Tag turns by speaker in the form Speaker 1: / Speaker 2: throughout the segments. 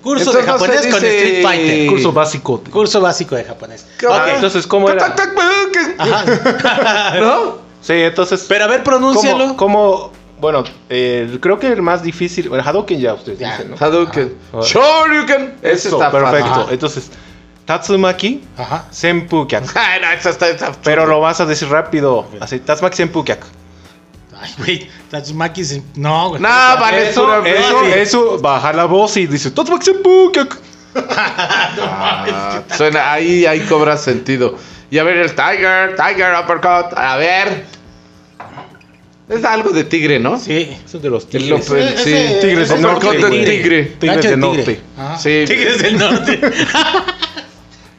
Speaker 1: Curso de
Speaker 2: Entonces, no se
Speaker 1: japonés con
Speaker 2: dice-
Speaker 1: Street Fighter.
Speaker 2: Curso
Speaker 3: Curso básico. de-
Speaker 1: Curso básico de japonés.
Speaker 2: ¿Qué
Speaker 1: Ok.
Speaker 3: Ah,
Speaker 2: onda?
Speaker 3: entonces, ¿cómo era?
Speaker 2: Tac, tac, tac, que-
Speaker 1: Ajá.
Speaker 2: ¿No?
Speaker 3: Sí, entonces.
Speaker 1: Pero a ver,
Speaker 3: ¿cómo,
Speaker 1: pronúncialo.
Speaker 3: cómo- bueno, eh, creo que el más difícil. El Hadouken ya ustedes
Speaker 1: Ya,
Speaker 3: dicen, ¿no?
Speaker 2: Hadouken.
Speaker 3: Ahora.
Speaker 2: Shoryuken. Ese
Speaker 3: Eso,
Speaker 2: está
Speaker 3: perfecto.
Speaker 2: fácil.
Speaker 3: Entonces, Tatsumaki
Speaker 1: Ajá.
Speaker 3: Senpukyak.
Speaker 2: Ay, Ah, no, esa está, esa-
Speaker 3: Pero lo vas a decir rápido. Así, Tatsumaki Senpukyak.
Speaker 1: Ay, güey. Tatsumaki. se- No, güey.
Speaker 2: No, vale, es
Speaker 3: Eso,
Speaker 2: una
Speaker 3: eso,
Speaker 2: broma.
Speaker 3: eso, baja la voz y dice Tatsumaki Senpukyak.
Speaker 2: Ah, suena, ahí, ahí cobra sentido. Y a ver, el Tiger, Tiger Uppercut. A ver. Es algo de tigre, ¿no?
Speaker 1: Sí.
Speaker 3: Eso de los
Speaker 2: El López,
Speaker 3: tigres.
Speaker 1: Ese-
Speaker 2: sí.
Speaker 1: ese-
Speaker 3: Tigres
Speaker 1: ese
Speaker 3: del norte,
Speaker 1: uppercut
Speaker 3: güey.
Speaker 2: Tigre.
Speaker 3: Tigres
Speaker 1: Gancho
Speaker 3: del
Speaker 1: de
Speaker 3: norte.
Speaker 1: tigre. Ajá.
Speaker 2: Sí.
Speaker 1: Tigres del norte.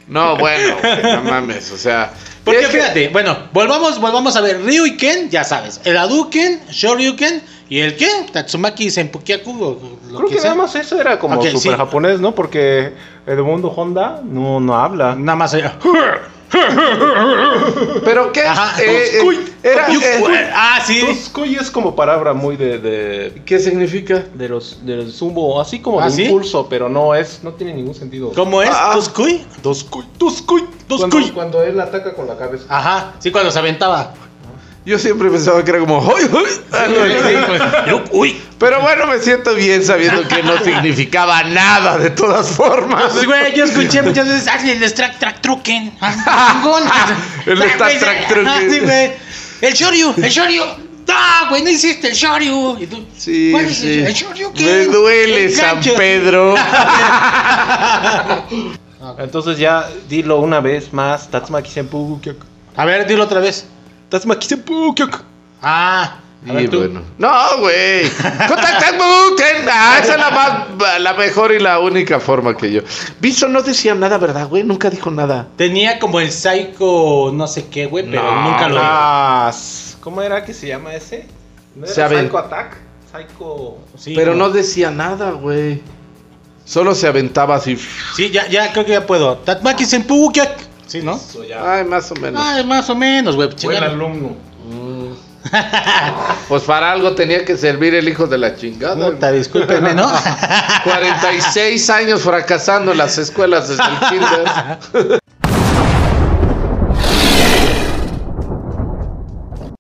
Speaker 2: No, bueno, no mames, o sea.
Speaker 1: Porque
Speaker 2: es que-
Speaker 1: fíjate, bueno, volvamos, volvamos a ver. Ryu y Ken, ya sabes. El Hadouken, Shoryuken y el qué? Tatsumaki Senpukyaku. o- o lo
Speaker 3: Creo que
Speaker 1: sea.
Speaker 3: nada más eso era como
Speaker 1: Ok, sí.
Speaker 3: super japonés, ¿no? Porque Edmundo Honda no, no habla.
Speaker 1: Nada más. eh, era-
Speaker 2: Pero qué
Speaker 1: Ajá.
Speaker 2: Eh, eh,
Speaker 3: Tuscuy.
Speaker 2: era
Speaker 1: Tuscuy.
Speaker 2: eh,
Speaker 1: ah, sí.
Speaker 3: Tuscoy es como palabra muy de, de,
Speaker 2: ¿Qué significa?
Speaker 3: de los del zumbo, así como
Speaker 1: ¿Ah,
Speaker 3: de
Speaker 1: sí?
Speaker 3: impulso, pero no es, no tiene ningún sentido.
Speaker 1: ¿Cómo es?
Speaker 2: Ah.
Speaker 1: ¿Tuskui?
Speaker 3: Tuscuy, tuscuy,
Speaker 1: Tuscuy.
Speaker 3: Cuando, cuando él ataca con la cabeza.
Speaker 1: Ajá. Sí, cuando se aventaba.
Speaker 2: Yo siempre pensaba que era como "Hoy, hoy", algo así.
Speaker 1: Yo- uy.
Speaker 2: Pero bueno, me siento bien sabiendo que no significaba nada de todas formas.
Speaker 1: Pues, güey, yo escuché muchas veces. Hazle el Strack Track Trucken. Ah, chingón.
Speaker 2: El
Speaker 1: Ah,
Speaker 2: Strack
Speaker 1: güey,
Speaker 2: Track
Speaker 1: ah,
Speaker 2: Trucken.
Speaker 1: sí, güey. El Shoryu, el Shoryu. No, güey, no hiciste el Shoryu. Y tú,
Speaker 2: Sí,
Speaker 1: ¿cuál es
Speaker 2: sí.
Speaker 1: el- el Shoryuken?
Speaker 2: Me duele
Speaker 1: El
Speaker 2: San
Speaker 1: gancho.
Speaker 2: Pedro.
Speaker 3: Ah, Entonces ya dilo una vez más, Tatsumaki Senpukyak.
Speaker 1: A ver, dilo otra vez.
Speaker 3: Tatsumaki Senpukyak.
Speaker 1: Ah, a ver
Speaker 2: Y
Speaker 1: tú.
Speaker 2: bueno. No, güey. Contactadme, ten- Ah, esa es la, más- la mejor y la única forma que yo. Bison no decía nada, ¿verdad, güey? Nunca dijo nada.
Speaker 1: Tenía como el psycho no sé qué, güey, pero
Speaker 3: No,
Speaker 1: nunca lo dijo.
Speaker 3: más. ¿Cómo era que se llama ese? ¿No era
Speaker 2: Saben.
Speaker 3: Psycho Attack? Psycho...
Speaker 1: Sí,
Speaker 2: Pero no decía nada, güey. Solo se aventaba así.
Speaker 1: Sí, ya, ya creo que ya puedo. Tatmaki Senpukyak. Sí, ¿no?
Speaker 3: Eso ya.
Speaker 2: Ay, más o menos.
Speaker 1: Ay, más o menos, güey. pues,
Speaker 3: Buen
Speaker 1: chingada.
Speaker 3: alumno.
Speaker 2: Mm. Pues para algo tenía que servir el hijo de la chingada.
Speaker 1: Puta, discúlpenme, ¿no?
Speaker 2: 46 años fracasando en las escuelas desde el kinder.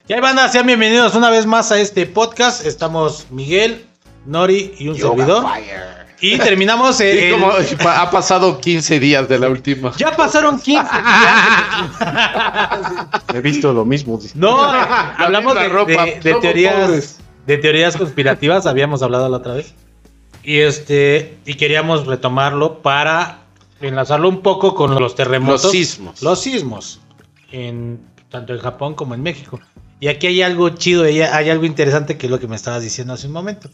Speaker 1: Ya van a ser bienvenidos una vez más a este podcast. Estamos Miguel, Nori y un servidor. Y terminamos el-
Speaker 2: Y como y pa- ha pasado 15 días de la última.
Speaker 1: Ya pasaron 15 días.
Speaker 3: He visto lo mismo.
Speaker 1: No, hablamos
Speaker 2: misma
Speaker 1: de,
Speaker 2: ropa,
Speaker 1: de- de
Speaker 2: somos pobres.
Speaker 1: teorías de teorías conspirativas, habíamos hablado la otra vez. Y este y queríamos retomarlo para enlazarlo un poco con los terremotos,
Speaker 2: Los sismos.
Speaker 1: los sismos en tanto en Japón como en México. Y aquí hay algo chido, hay, hay algo interesante que es lo que me estabas diciendo hace un momento.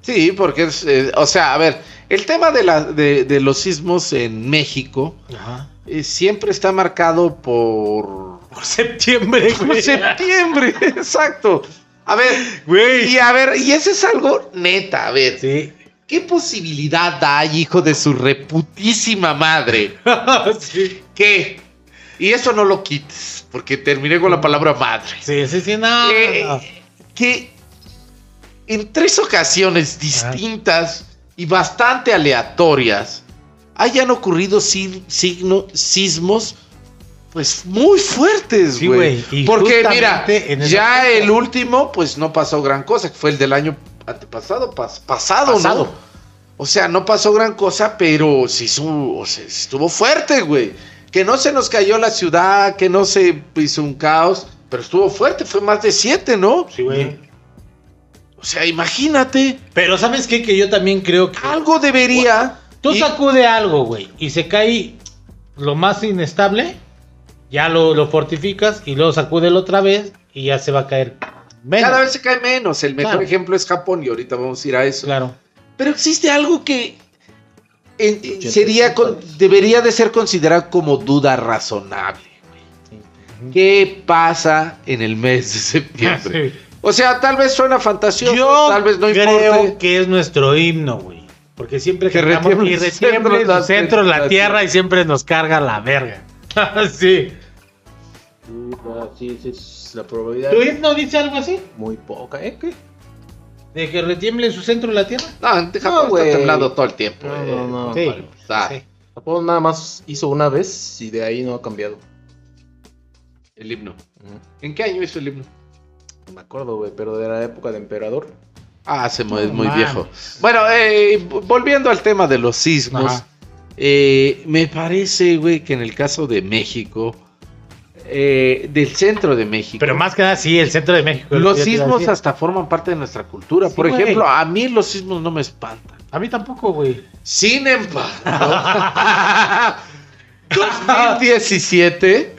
Speaker 2: Sí, porque es, eh, o sea, a ver, el tema de, la, de, de los sismos en México
Speaker 1: Ajá.
Speaker 2: eh, siempre está marcado por,
Speaker 1: Por septiembre,
Speaker 2: por
Speaker 1: güey.
Speaker 2: septiembre, exacto. A ver,
Speaker 1: Güey.
Speaker 2: y a ver, y eso es algo neta, a ver,
Speaker 1: Sí.
Speaker 2: ¿qué posibilidad hay, hijo de su reputísima madre?
Speaker 1: sí.
Speaker 2: ¿Qué? Y eso no lo quites, porque terminé con la palabra madre.
Speaker 1: Sí, sí, sí, no.
Speaker 2: Eh,
Speaker 1: no.
Speaker 2: que en tres
Speaker 1: Ah.
Speaker 2: ocasiones distintas y bastante aleatorias hayan ocurrido si- signo- sismos pues muy fuertes,
Speaker 1: Sí,
Speaker 2: güey.
Speaker 1: güey, y
Speaker 2: Porque mira,
Speaker 1: justamente en esa
Speaker 2: ya
Speaker 1: fecha.
Speaker 2: el último pues no pasó gran cosa, que fue el del año antepasado, pas- pasado,
Speaker 1: Pasado.
Speaker 2: ¿no? O sea, no pasó gran cosa, pero sí su- o sea, estuvo fuerte, güey. Que no se nos cayó la ciudad, que no se hizo un caos, pero estuvo fuerte, fue más de siete, ¿no?
Speaker 1: Sí, güey.
Speaker 2: O sea, imagínate,
Speaker 1: Pero ¿sabes qué? Que yo también creo que
Speaker 2: algo debería.
Speaker 1: Tú
Speaker 2: y-
Speaker 1: sacude algo, güey, y se cae lo más inestable, ya lo, lo fortificas y luego sacúdelo otra vez y ya se va a caer. Menos.
Speaker 2: Cada vez se cae menos. El mejor
Speaker 1: Claro.
Speaker 2: ejemplo es Japón y ahorita vamos a ir a eso.
Speaker 1: Claro.
Speaker 2: Pero existe algo que en- en- sería con- debería de ser considerado como duda razonable. güey. ¿Qué pasa en el mes de septiembre? O sea, tal vez suena fantasioso,
Speaker 1: Ah, Yo
Speaker 2: tal vez no
Speaker 1: creo
Speaker 2: importe.
Speaker 1: que es nuestro himno, güey. Porque siempre
Speaker 2: Que
Speaker 1: cantamos,
Speaker 2: retiemble
Speaker 1: y
Speaker 2: sus
Speaker 1: retiemble
Speaker 2: centros,
Speaker 1: sus
Speaker 2: la-
Speaker 1: centros, la,
Speaker 2: la
Speaker 1: tierra y siempre nos carga la verga. sí.
Speaker 3: Sí, sí, es la probabilidad
Speaker 1: ¿Tu himno dice algo así?
Speaker 3: muy poca, ¿eh? ¿Qué?
Speaker 1: ¿De que retiemble en su centro la Tierra?
Speaker 2: No, de Japón
Speaker 3: No, güey.
Speaker 2: está temblando todo el tiempo.
Speaker 3: No,
Speaker 2: eh.
Speaker 3: no, no.
Speaker 1: Sí,
Speaker 3: vale.
Speaker 2: Está.
Speaker 1: sí.
Speaker 3: Japón nada más hizo una vez y de ahí no ha cambiado.
Speaker 2: El himno.
Speaker 3: Ujú.
Speaker 2: ¿En qué año hizo el himno?
Speaker 3: No me acuerdo, güey, pero de la época de emperador.
Speaker 2: Ah, se mu-
Speaker 1: No
Speaker 2: es muy
Speaker 1: mames.
Speaker 2: viejo. Bueno, eh, vo- volviendo al tema de los sismos,
Speaker 1: Ajá.
Speaker 2: eh, me parece, güey, que en el caso de México, eh, del centro de México,
Speaker 1: Pero más que nada, sí, el centro de México.
Speaker 2: los
Speaker 1: Yo te iba a
Speaker 2: sismos
Speaker 1: decir.
Speaker 2: hasta forman parte de nuestra cultura.
Speaker 1: Sí,
Speaker 2: Por
Speaker 1: güey.
Speaker 2: ejemplo, a mí los sismos no me espantan.
Speaker 1: A mí tampoco, güey.
Speaker 2: Sin embargo, 2017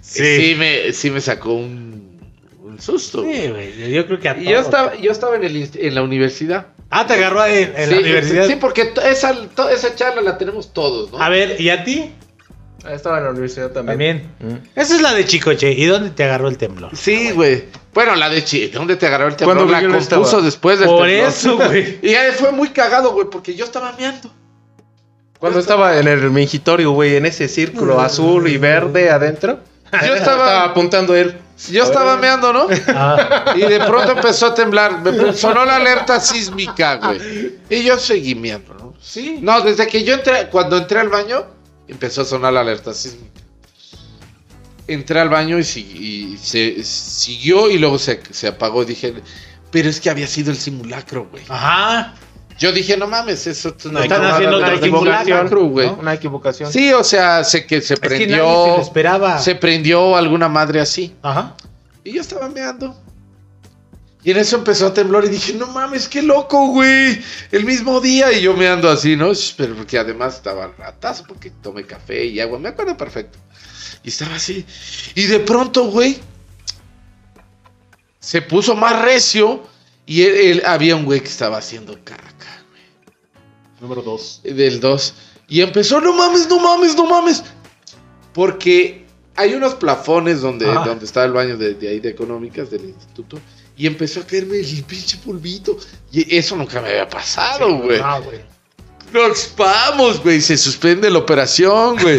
Speaker 2: sí. me, sí me sacó un, un susto. güey.
Speaker 1: Sí, güey. Yo creo que a
Speaker 2: Y
Speaker 1: todos.
Speaker 2: yo estaba, yo estaba en, el inst- en la universidad.
Speaker 1: Ah, te agarró en, en la
Speaker 2: sí,
Speaker 1: universidad.
Speaker 2: sí, porque to- esa, to- esa charla la tenemos todos, ¿no?
Speaker 1: A ver, ¿y a ti?
Speaker 3: Ah, Estaba en la universidad también.
Speaker 1: También.
Speaker 3: Ujú.
Speaker 1: Esa es la de Chicoche. ¿Y dónde te agarró el temblor?
Speaker 2: Sí, güey. Bueno, la de Chi, ¿dónde te agarró el temblor?
Speaker 3: Cuando
Speaker 2: la
Speaker 3: Miguel
Speaker 2: compuso
Speaker 3: estaba.
Speaker 2: después del
Speaker 1: Por
Speaker 2: temblor.
Speaker 1: eso, güey.
Speaker 2: Y ya fue muy cagado, güey, porque yo estaba meando.
Speaker 3: Cuando estaba en el mingitorio, güey, en ese círculo azul y verde adentro.
Speaker 2: Yo estaba-
Speaker 3: apuntando él.
Speaker 2: Yo estaba meando, ¿no?
Speaker 1: Ah,
Speaker 2: Y de pronto empezó a temblar. Me pu- sonó la alerta sísmica, güey. Y yo seguí meando, ¿no?
Speaker 1: sí.
Speaker 2: No, desde que yo entré, cuando entré al baño, empezó a sonar la alerta sísmica. Entré al baño y, si- y se siguió y luego se, se apagó. Dije, pero es que había sido el simulacro, güey.
Speaker 1: Ajá.
Speaker 2: Yo dije, no mames, eso es una
Speaker 1: Están
Speaker 2: mamada,
Speaker 1: haciendo
Speaker 2: una
Speaker 1: otro
Speaker 2: equivocación,
Speaker 3: simulacro,
Speaker 2: güey.
Speaker 3: ¿no? Una equivocación.
Speaker 2: Sí, o sea, se, que se
Speaker 1: Es que nadie se
Speaker 2: prendió,
Speaker 1: lo esperaba.
Speaker 2: se prendió alguna madre así.
Speaker 1: Ajá.
Speaker 2: Y yo estaba meando. Y en eso empezó a temblar y dije, no mames, qué loco, güey. El mismo día y yo meando así, ¿no? Sh, Pero porque además estaba ratazo porque tomé café y agua, me acuerdo perfecto. Y estaba así. Y de pronto, güey, se puso más recio y él- él- había un güey que estaba haciendo caca
Speaker 3: Número dos.
Speaker 2: del 2. Y empezó, no mames, no mames, no mames. Porque hay unos plafones donde,
Speaker 1: Ah.
Speaker 2: donde estaba el baño de, de ahí de económicas del instituto. Y empezó a caerme el pinche polvito. Y eso nunca me había pasado, güey.
Speaker 1: Ah, güey.
Speaker 2: Nos vamos, güey. Se suspende la operación, güey.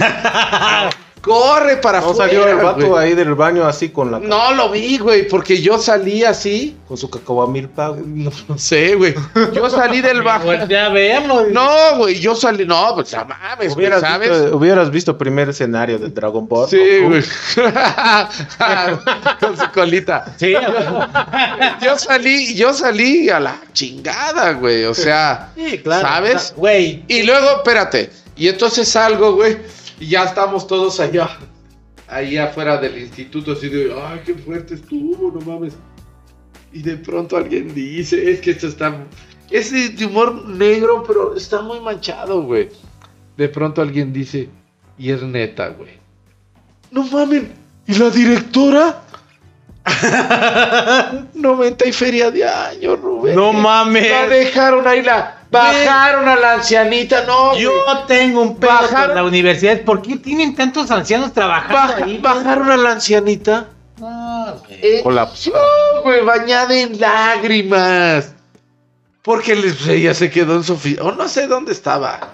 Speaker 2: Corre para
Speaker 3: No
Speaker 2: afuera,
Speaker 3: salió el vato
Speaker 2: güey.
Speaker 3: ahí del baño así con la
Speaker 2: No lo vi, güey, porque yo salí así.
Speaker 3: con su cacahuamilpa, güey.
Speaker 2: No, no sé, güey. Yo salí del baño.
Speaker 1: Volteé a verlo.
Speaker 2: No, güey, yo salí. No, pues no mames, güey,
Speaker 3: Hubieras,
Speaker 2: ¿sabes?
Speaker 3: Visto, eh, hubieras visto el primer escenario de Dragon Ball.
Speaker 2: Sí,
Speaker 3: Goku.
Speaker 2: güey. Con su colita.
Speaker 1: Sí, a huevo.
Speaker 2: Yo salí, yo salí a la chingada, güey. O sea,
Speaker 1: Sí, claro.
Speaker 2: ¿Sabes?
Speaker 1: O sea, Güey.
Speaker 2: y luego, espérate. Y entonces salgo, güey. Y ya estamos todos allá. Ahí afuera del instituto, así de, ay, qué fuerte estuvo, no mames. Y de pronto alguien dice, es que esto está. Es de de humor negro, pero está muy manchado, güey. De pronto alguien dice, y es neta, güey. No mamen, ¿y la directora? 90 y feria de año, Rubén.
Speaker 1: No mames.
Speaker 2: La dejaron ahí, la bajaron a la ancianita, no.
Speaker 1: Yo
Speaker 2: güey.
Speaker 1: tengo un pedo
Speaker 2: Bajaron-
Speaker 1: con la universidad. ¿Por qué tienen tantos ancianos trabajando
Speaker 2: Baja-
Speaker 1: ahí?
Speaker 2: bajaron a la ancianita.
Speaker 1: No, Ah, güey.
Speaker 2: eh,
Speaker 3: Colapso.
Speaker 2: no, güey, bañada en lágrimas. Porque les- pues, ella se quedó en su oficina. O no sé dónde estaba.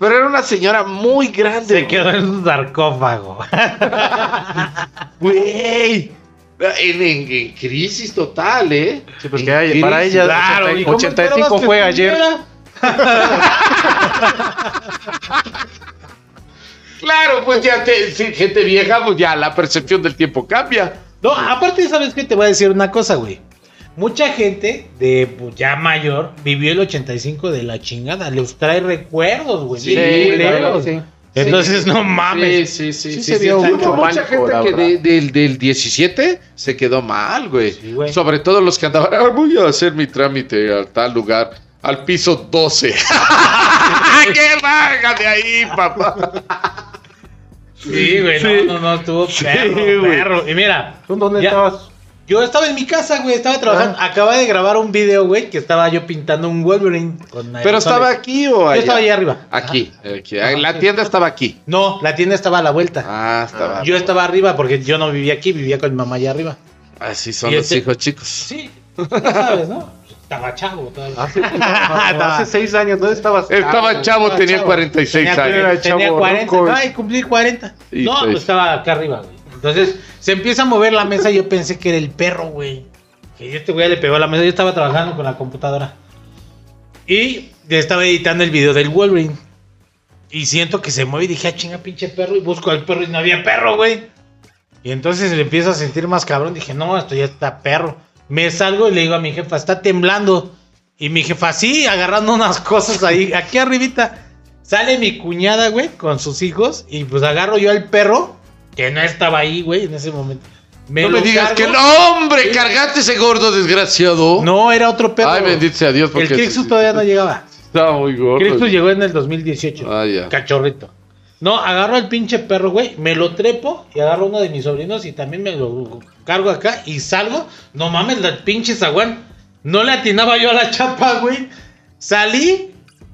Speaker 2: Pero era una señora muy grande.
Speaker 1: Se
Speaker 2: güey.
Speaker 1: quedó en su sarcófago.
Speaker 2: Güey. En, en- en crisis total, ¿eh?
Speaker 3: Sí, porque
Speaker 2: En
Speaker 3: hay- para
Speaker 2: crisis.
Speaker 3: ella
Speaker 1: Claro, ¿y cómo
Speaker 3: 85
Speaker 1: esperabas que
Speaker 3: fue ayer.
Speaker 1: estuviera?
Speaker 2: Claro, pues ya te, si gente vieja, pues ya la percepción del tiempo cambia.
Speaker 1: No, aparte, ¿sabes qué? Te voy a decir una cosa, güey. Mucha gente de pues, ya mayor vivió el 85 de la chingada. Les trae recuerdos, güey.
Speaker 2: Sí,
Speaker 1: Bien
Speaker 2: claro,
Speaker 1: culeros.
Speaker 3: sí.
Speaker 1: Entonces, no
Speaker 2: Sí,
Speaker 1: mames.
Speaker 2: sí, sí.
Speaker 3: Sí se vio
Speaker 2: está-
Speaker 3: mucho
Speaker 2: hubo mucha
Speaker 3: pánico,
Speaker 2: gente
Speaker 3: la
Speaker 2: que
Speaker 3: verdad.
Speaker 2: de- del, del 17 se quedó mal, güey.
Speaker 1: Sí, güey.
Speaker 2: Sobre todo los que andaban, "Ah, voy a hacer mi trámite a tal lugar, al piso 12. ¡Qué vaga de ahí, papá!
Speaker 1: Sí, güey. No, no, no, estuvo perro,
Speaker 2: güey.
Speaker 1: perro. Y mira,
Speaker 3: ¿Tú dónde
Speaker 1: Ya.
Speaker 3: estabas?
Speaker 1: yo estaba en mi casa, güey. Estaba trabajando. Acababa de grabar un video, güey, que estaba yo pintando un Wolverine. con
Speaker 2: ¿Pero
Speaker 1: aerosoles.
Speaker 2: estaba aquí o
Speaker 1: Yo
Speaker 2: allá?
Speaker 1: estaba allá arriba.
Speaker 2: Aquí, aquí. Ah, La tienda estaba aquí.
Speaker 1: No, la tienda estaba a la vuelta.
Speaker 2: Ah, estaba.
Speaker 1: yo estaba arriba porque yo no vivía aquí, vivía con mi mamá allá arriba.
Speaker 2: Así son
Speaker 1: Y
Speaker 2: los
Speaker 1: este-
Speaker 2: hijos chicos.
Speaker 1: Sí, ya sabes, ¿no? Estaba chavo todavía.
Speaker 3: Hace, hace seis años, ¿dónde estabas? Ah,
Speaker 2: Estaba chavo,
Speaker 1: estaba
Speaker 2: tenía
Speaker 1: chavo.
Speaker 2: 46
Speaker 1: Tenía,
Speaker 2: años.
Speaker 1: tenía
Speaker 3: Chavo,
Speaker 1: 40,
Speaker 3: ruco.
Speaker 1: ay, cumplí 40.
Speaker 2: Y
Speaker 1: no,
Speaker 2: pues-
Speaker 1: pues estaba acá arriba, güey. Entonces, se empieza a mover la mesa y yo pensé que era el perro, güey. Y este güey le pegó a la mesa. Yo estaba trabajando con la computadora. Y le estaba editando el video del Wolverine. Y siento que se mueve y dije, ah, chinga, pinche perro. Y busco al perro y no había perro, güey. Y entonces le empiezo a sentir más cabrón. Dije, no, esto ya está perro. Me salgo y le digo a mi jefa, está temblando. Y mi jefa, sí, agarrando unas cosas ahí, aquí arribita. Sale mi cuñada, güey, con sus hijos. Y pues agarro yo al perro, que no estaba ahí, güey, en ese momento.
Speaker 2: no me
Speaker 1: lo
Speaker 2: digas
Speaker 1: cargo.
Speaker 2: que no, hombre, cargaste ese gordo desgraciado.
Speaker 1: No, era otro perro.
Speaker 2: Ay,
Speaker 1: güey.
Speaker 2: bendito sea Dios, porque
Speaker 1: El Crixus todavía no llegaba.
Speaker 2: estaba muy gordo.
Speaker 1: Crixus llegó en el 2018.
Speaker 2: Ah, ya.
Speaker 1: Cachorrito. No, agarro al pinche perro, güey, me lo trepo y agarro uno de mis sobrinos y también me lo cargo acá y salgo. No mames, la pinche zaguán. No le atinaba yo a la chapa, güey. Salí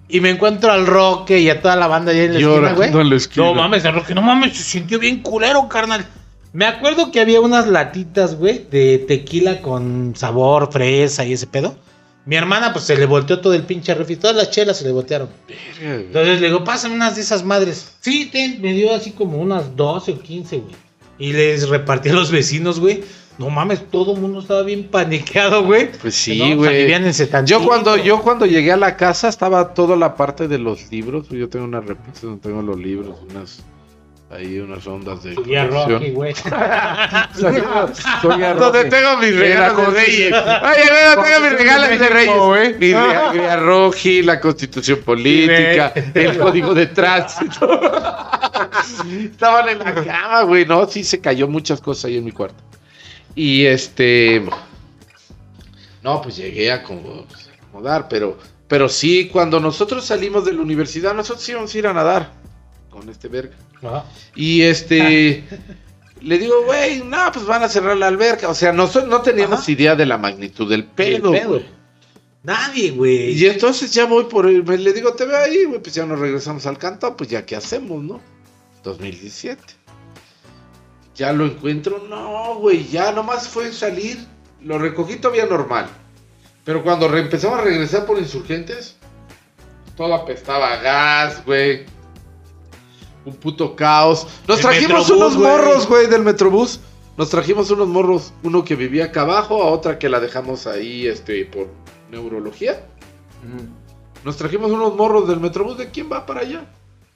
Speaker 1: y me encuentro al Roque y a toda la banda allá en la
Speaker 2: Llorando
Speaker 1: esquina, güey.
Speaker 2: en la esquina.
Speaker 1: No mames, el Roque, no mames, se sintió bien culero, carnal. Me acuerdo que había unas latitas, güey, de tequila con sabor, fresa y ese pedo. Mi hermana, pues, se le volteó todo el pinche refri. Todas las chelas se le voltearon. Entonces le digo, pásame unas de esas madres. Sí, ten, me dio así como unas 12 o 15, güey. Y les repartí a los vecinos, güey. No mames, todo el mundo estaba bien paniqueado, güey.
Speaker 2: Pues
Speaker 1: Que no,
Speaker 2: sí,
Speaker 1: pues,
Speaker 2: güey.
Speaker 1: aliviánense tantito.
Speaker 2: Yo cuando, yo cuando llegué a la casa estaba toda la parte de los libros. Yo tengo una repisa donde tengo los libros, unas ahí unas ondas de
Speaker 1: Y a Rocky,
Speaker 2: colección.
Speaker 1: güey.
Speaker 4: Soy a- soy a
Speaker 2: Donde
Speaker 4: Roque.
Speaker 2: tengo mis regalos de Reyes. Ay, mira, tengo mis regalos de Reyes. Mi rea- mi arroji, la constitución política, el código de tránsito. Estaban en la cama, güey, ¿no? Sí, se cayó muchas cosas ahí en mi cuarto. Y este. No, pues llegué a como- pues, a acomodar, pero, pero sí, cuando nosotros salimos de la universidad, nosotros íbamos a ir a nadar con este verga.
Speaker 1: Ajá.
Speaker 2: Y este. le digo, güey, no, pues van a cerrar la alberca. O sea, nosotros no teníamos
Speaker 1: Ajá.
Speaker 2: idea de la magnitud del pedo.
Speaker 1: El pedo.
Speaker 2: güey.
Speaker 1: Nadie, güey.
Speaker 2: Y entonces ya voy por él. Me- Le digo, te veo ahí, güey, pues ya nos regresamos al cantón, pues ya qué hacemos, ¿no? 2017. Ya lo encuentro, no, güey, ya nomás fue salir. Lo recogí todavía normal. Pero cuando re- empezamos a regresar por insurgentes, todo apestaba a gas, güey. Un puto caos. Nos
Speaker 1: El
Speaker 2: trajimos
Speaker 1: Metrobús,
Speaker 2: unos
Speaker 1: güey.
Speaker 2: morros, güey, del Metrobús. Nos trajimos unos morros, uno que vivía acá abajo, a otra que la dejamos ahí, este, por neurología. Nos trajimos unos morros del Metrobús de quién va para allá.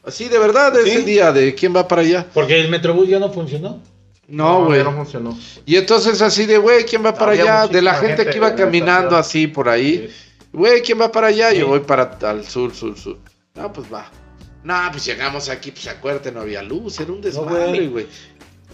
Speaker 2: Así de verdad, de ese
Speaker 3: Sí.
Speaker 2: día, de quién va para allá.
Speaker 1: Porque el Metrobús ya no funcionó.
Speaker 2: No, güey.
Speaker 3: ya No funcionó.
Speaker 2: Y entonces así de, güey, ¿quién va para
Speaker 3: Había
Speaker 2: allá?
Speaker 3: muchísima
Speaker 2: De la gente
Speaker 3: gente
Speaker 2: que iba
Speaker 3: en la
Speaker 2: caminando
Speaker 3: estación.
Speaker 2: así por ahí.
Speaker 3: Sí.
Speaker 2: Güey, ¿quién va para allá? Yo
Speaker 1: Sí.
Speaker 2: voy para al sur, sur, sur. No, pues va. No, pues llegamos aquí, pues acuérdate, no había luz, era un desmadre,
Speaker 1: güey.
Speaker 2: güey.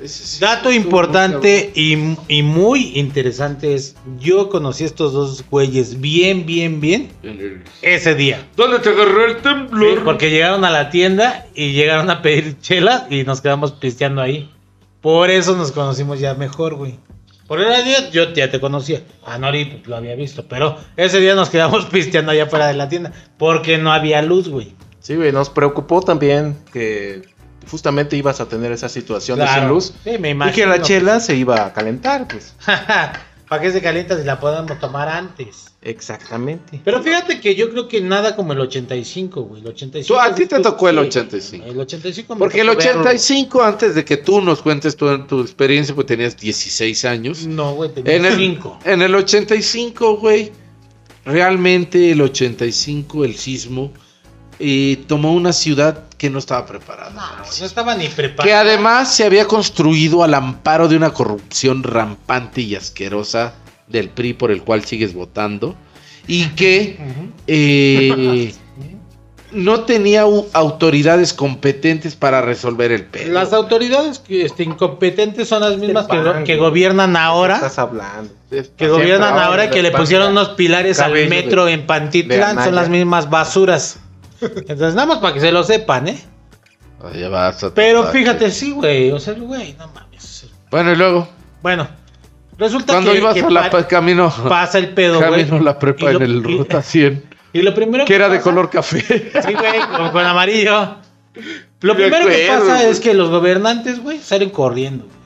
Speaker 2: Ese sí
Speaker 1: Dato
Speaker 2: estuvo muy
Speaker 1: importante y, y muy interesante es, yo conocí a estos dos güeyes bien, bien, bien
Speaker 2: cabrón.
Speaker 1: ese día.
Speaker 2: ¿Dónde te agarró el temblor?
Speaker 1: Sí, porque llegaron a la tienda y llegaron a pedir chela y nos quedamos pisteando ahí. Por eso nos conocimos ya mejor, güey. Por el día yo ya te conocía. A Nori pues, lo había visto, pero ese día nos quedamos pisteando allá fuera de la tienda. Porque no había luz, güey.
Speaker 3: Sí, güey, nos preocupó también que justamente ibas a tener esa situación de sin
Speaker 1: Claro.
Speaker 3: luz.
Speaker 1: Sí, me
Speaker 3: Y
Speaker 1: imagino.
Speaker 3: que la chela se iba a calentar, pues.
Speaker 1: ¿Para qué se calienta si la podemos tomar antes?
Speaker 3: Exactamente.
Speaker 1: Pero fíjate que yo creo que nada como el 85, güey. El 85
Speaker 2: Tú, a ti te tocó el
Speaker 1: Sí,
Speaker 2: 85.
Speaker 1: El 85 me
Speaker 2: Porque el
Speaker 1: tocó verlo.
Speaker 2: 85, antes de que tú nos cuentes tu, tu experiencia, pues tenías 16 años.
Speaker 1: No, güey,
Speaker 2: En
Speaker 1: tenía
Speaker 2: el,
Speaker 1: 5.
Speaker 2: en el 85, güey, realmente el 85, el sismo, eh, tomó una ciudad que no estaba preparada.
Speaker 1: No,
Speaker 2: para el
Speaker 1: no
Speaker 2: sismo.
Speaker 1: estaba ni preparado.
Speaker 2: que además se había construido al amparo de una corrupción rampante y asquerosa del PRI por el cual sigues votando. Y que...
Speaker 1: Ujú.
Speaker 2: eh, no tenía u- autoridades competentes para resolver el pedo.
Speaker 1: Las autoridades que, este, incompetentes son las mismas que,
Speaker 3: pan,
Speaker 1: que
Speaker 3: güey.
Speaker 1: gobiernan ahora.
Speaker 3: estás hablando?
Speaker 1: Que
Speaker 3: Siempre
Speaker 1: gobiernan
Speaker 3: hablan
Speaker 1: ahora
Speaker 3: de
Speaker 1: que le
Speaker 3: pan,
Speaker 1: pusieron
Speaker 3: ya.
Speaker 1: unos pilares al
Speaker 3: Cabello de-
Speaker 1: metro en
Speaker 3: de
Speaker 1: Pantitlán.
Speaker 3: Anaya.
Speaker 1: Son las mismas basuras. Entonces, nada más para que se lo sepan, ¿eh?
Speaker 2: Allá vas a
Speaker 1: Pero
Speaker 2: tratar,
Speaker 1: fíjate,
Speaker 2: güey.
Speaker 1: sí, güey. O sea, güey, no mames.
Speaker 2: Bueno, y luego,
Speaker 1: Bueno, resulta
Speaker 2: cuando
Speaker 1: que,
Speaker 2: ibas
Speaker 1: que
Speaker 2: a la
Speaker 1: pa-
Speaker 2: pa- camino,
Speaker 1: pasa el pedo, güey.
Speaker 2: camino la prepa
Speaker 1: Y lo-
Speaker 2: en el
Speaker 1: y-
Speaker 2: ruta 100,
Speaker 1: Y lo primero
Speaker 2: que era de
Speaker 1: pasa-
Speaker 2: color café.
Speaker 1: Sí, güey, con, con amarillo. Lo
Speaker 2: Me
Speaker 1: primero que
Speaker 2: acuerdo,
Speaker 1: pasa
Speaker 2: güey.
Speaker 1: es que los gobernantes, güey, salen corriendo. güey.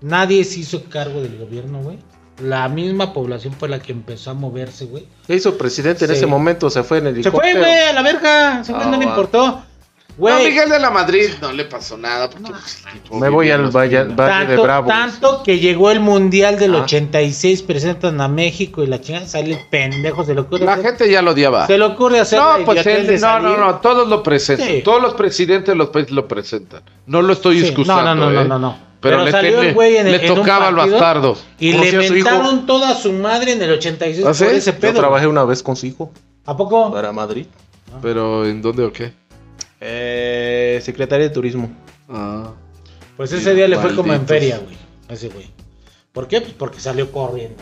Speaker 1: Nadie se hizo cargo del gobierno, güey. La misma población fue la que empezó a moverse, güey.
Speaker 3: Se hizo presidente en
Speaker 1: Sí.
Speaker 3: ese momento, se fue en el
Speaker 1: Se fue,
Speaker 3: helicóptero.
Speaker 1: güey, a la verga. Se fue,
Speaker 3: Ah,
Speaker 1: no le
Speaker 3: va.
Speaker 1: importó.
Speaker 2: No,
Speaker 1: Güey,
Speaker 2: Miguel de la Madrid no le pasó nada. Porque, pues, el tipo
Speaker 3: Me voy
Speaker 2: vivió
Speaker 3: al
Speaker 2: los
Speaker 3: Valle,
Speaker 2: primeros-
Speaker 3: Valle de
Speaker 1: tanto,
Speaker 3: Bravo.
Speaker 1: tanto que llegó el Mundial del
Speaker 3: Ah.
Speaker 1: 86, presentan a México y la chingada sale el pendejo, se le ocurre
Speaker 2: La
Speaker 1: hacer-
Speaker 2: gente ya lo odiaba.
Speaker 1: se le ocurre hacer
Speaker 2: No,
Speaker 1: la
Speaker 2: pues
Speaker 1: idiotez
Speaker 2: él-
Speaker 1: de
Speaker 2: no,
Speaker 1: salir.
Speaker 2: no, no, todos lo presentan.
Speaker 1: Sí.
Speaker 2: Todos los presidentes de los países lo presentan. No lo estoy
Speaker 1: Sí,
Speaker 2: discutiendo.
Speaker 1: no, no, no, no, no, no.
Speaker 2: Pero, le,
Speaker 1: salió
Speaker 2: te-
Speaker 1: el güey en
Speaker 2: le
Speaker 1: el- en un
Speaker 2: tocaba al
Speaker 1: partido
Speaker 2: bastardo.
Speaker 1: Y
Speaker 3: Como
Speaker 1: le
Speaker 3: si a su hijo.
Speaker 1: mentaron toda su madre en el 86
Speaker 2: ¿Ah, sí?
Speaker 1: por ese
Speaker 3: Yo
Speaker 1: pedo.
Speaker 3: trabajé una vez con su hijo
Speaker 1: ¿A poco?
Speaker 3: para Madrid.
Speaker 2: Pero ¿en dónde o qué?
Speaker 3: Eh, Secretaria de Turismo.
Speaker 2: Ah.
Speaker 1: Pues ese día le fue como en
Speaker 2: Malditos.
Speaker 1: feria, güey. a Ese güey. ¿Por qué? Pues porque salió corriendo.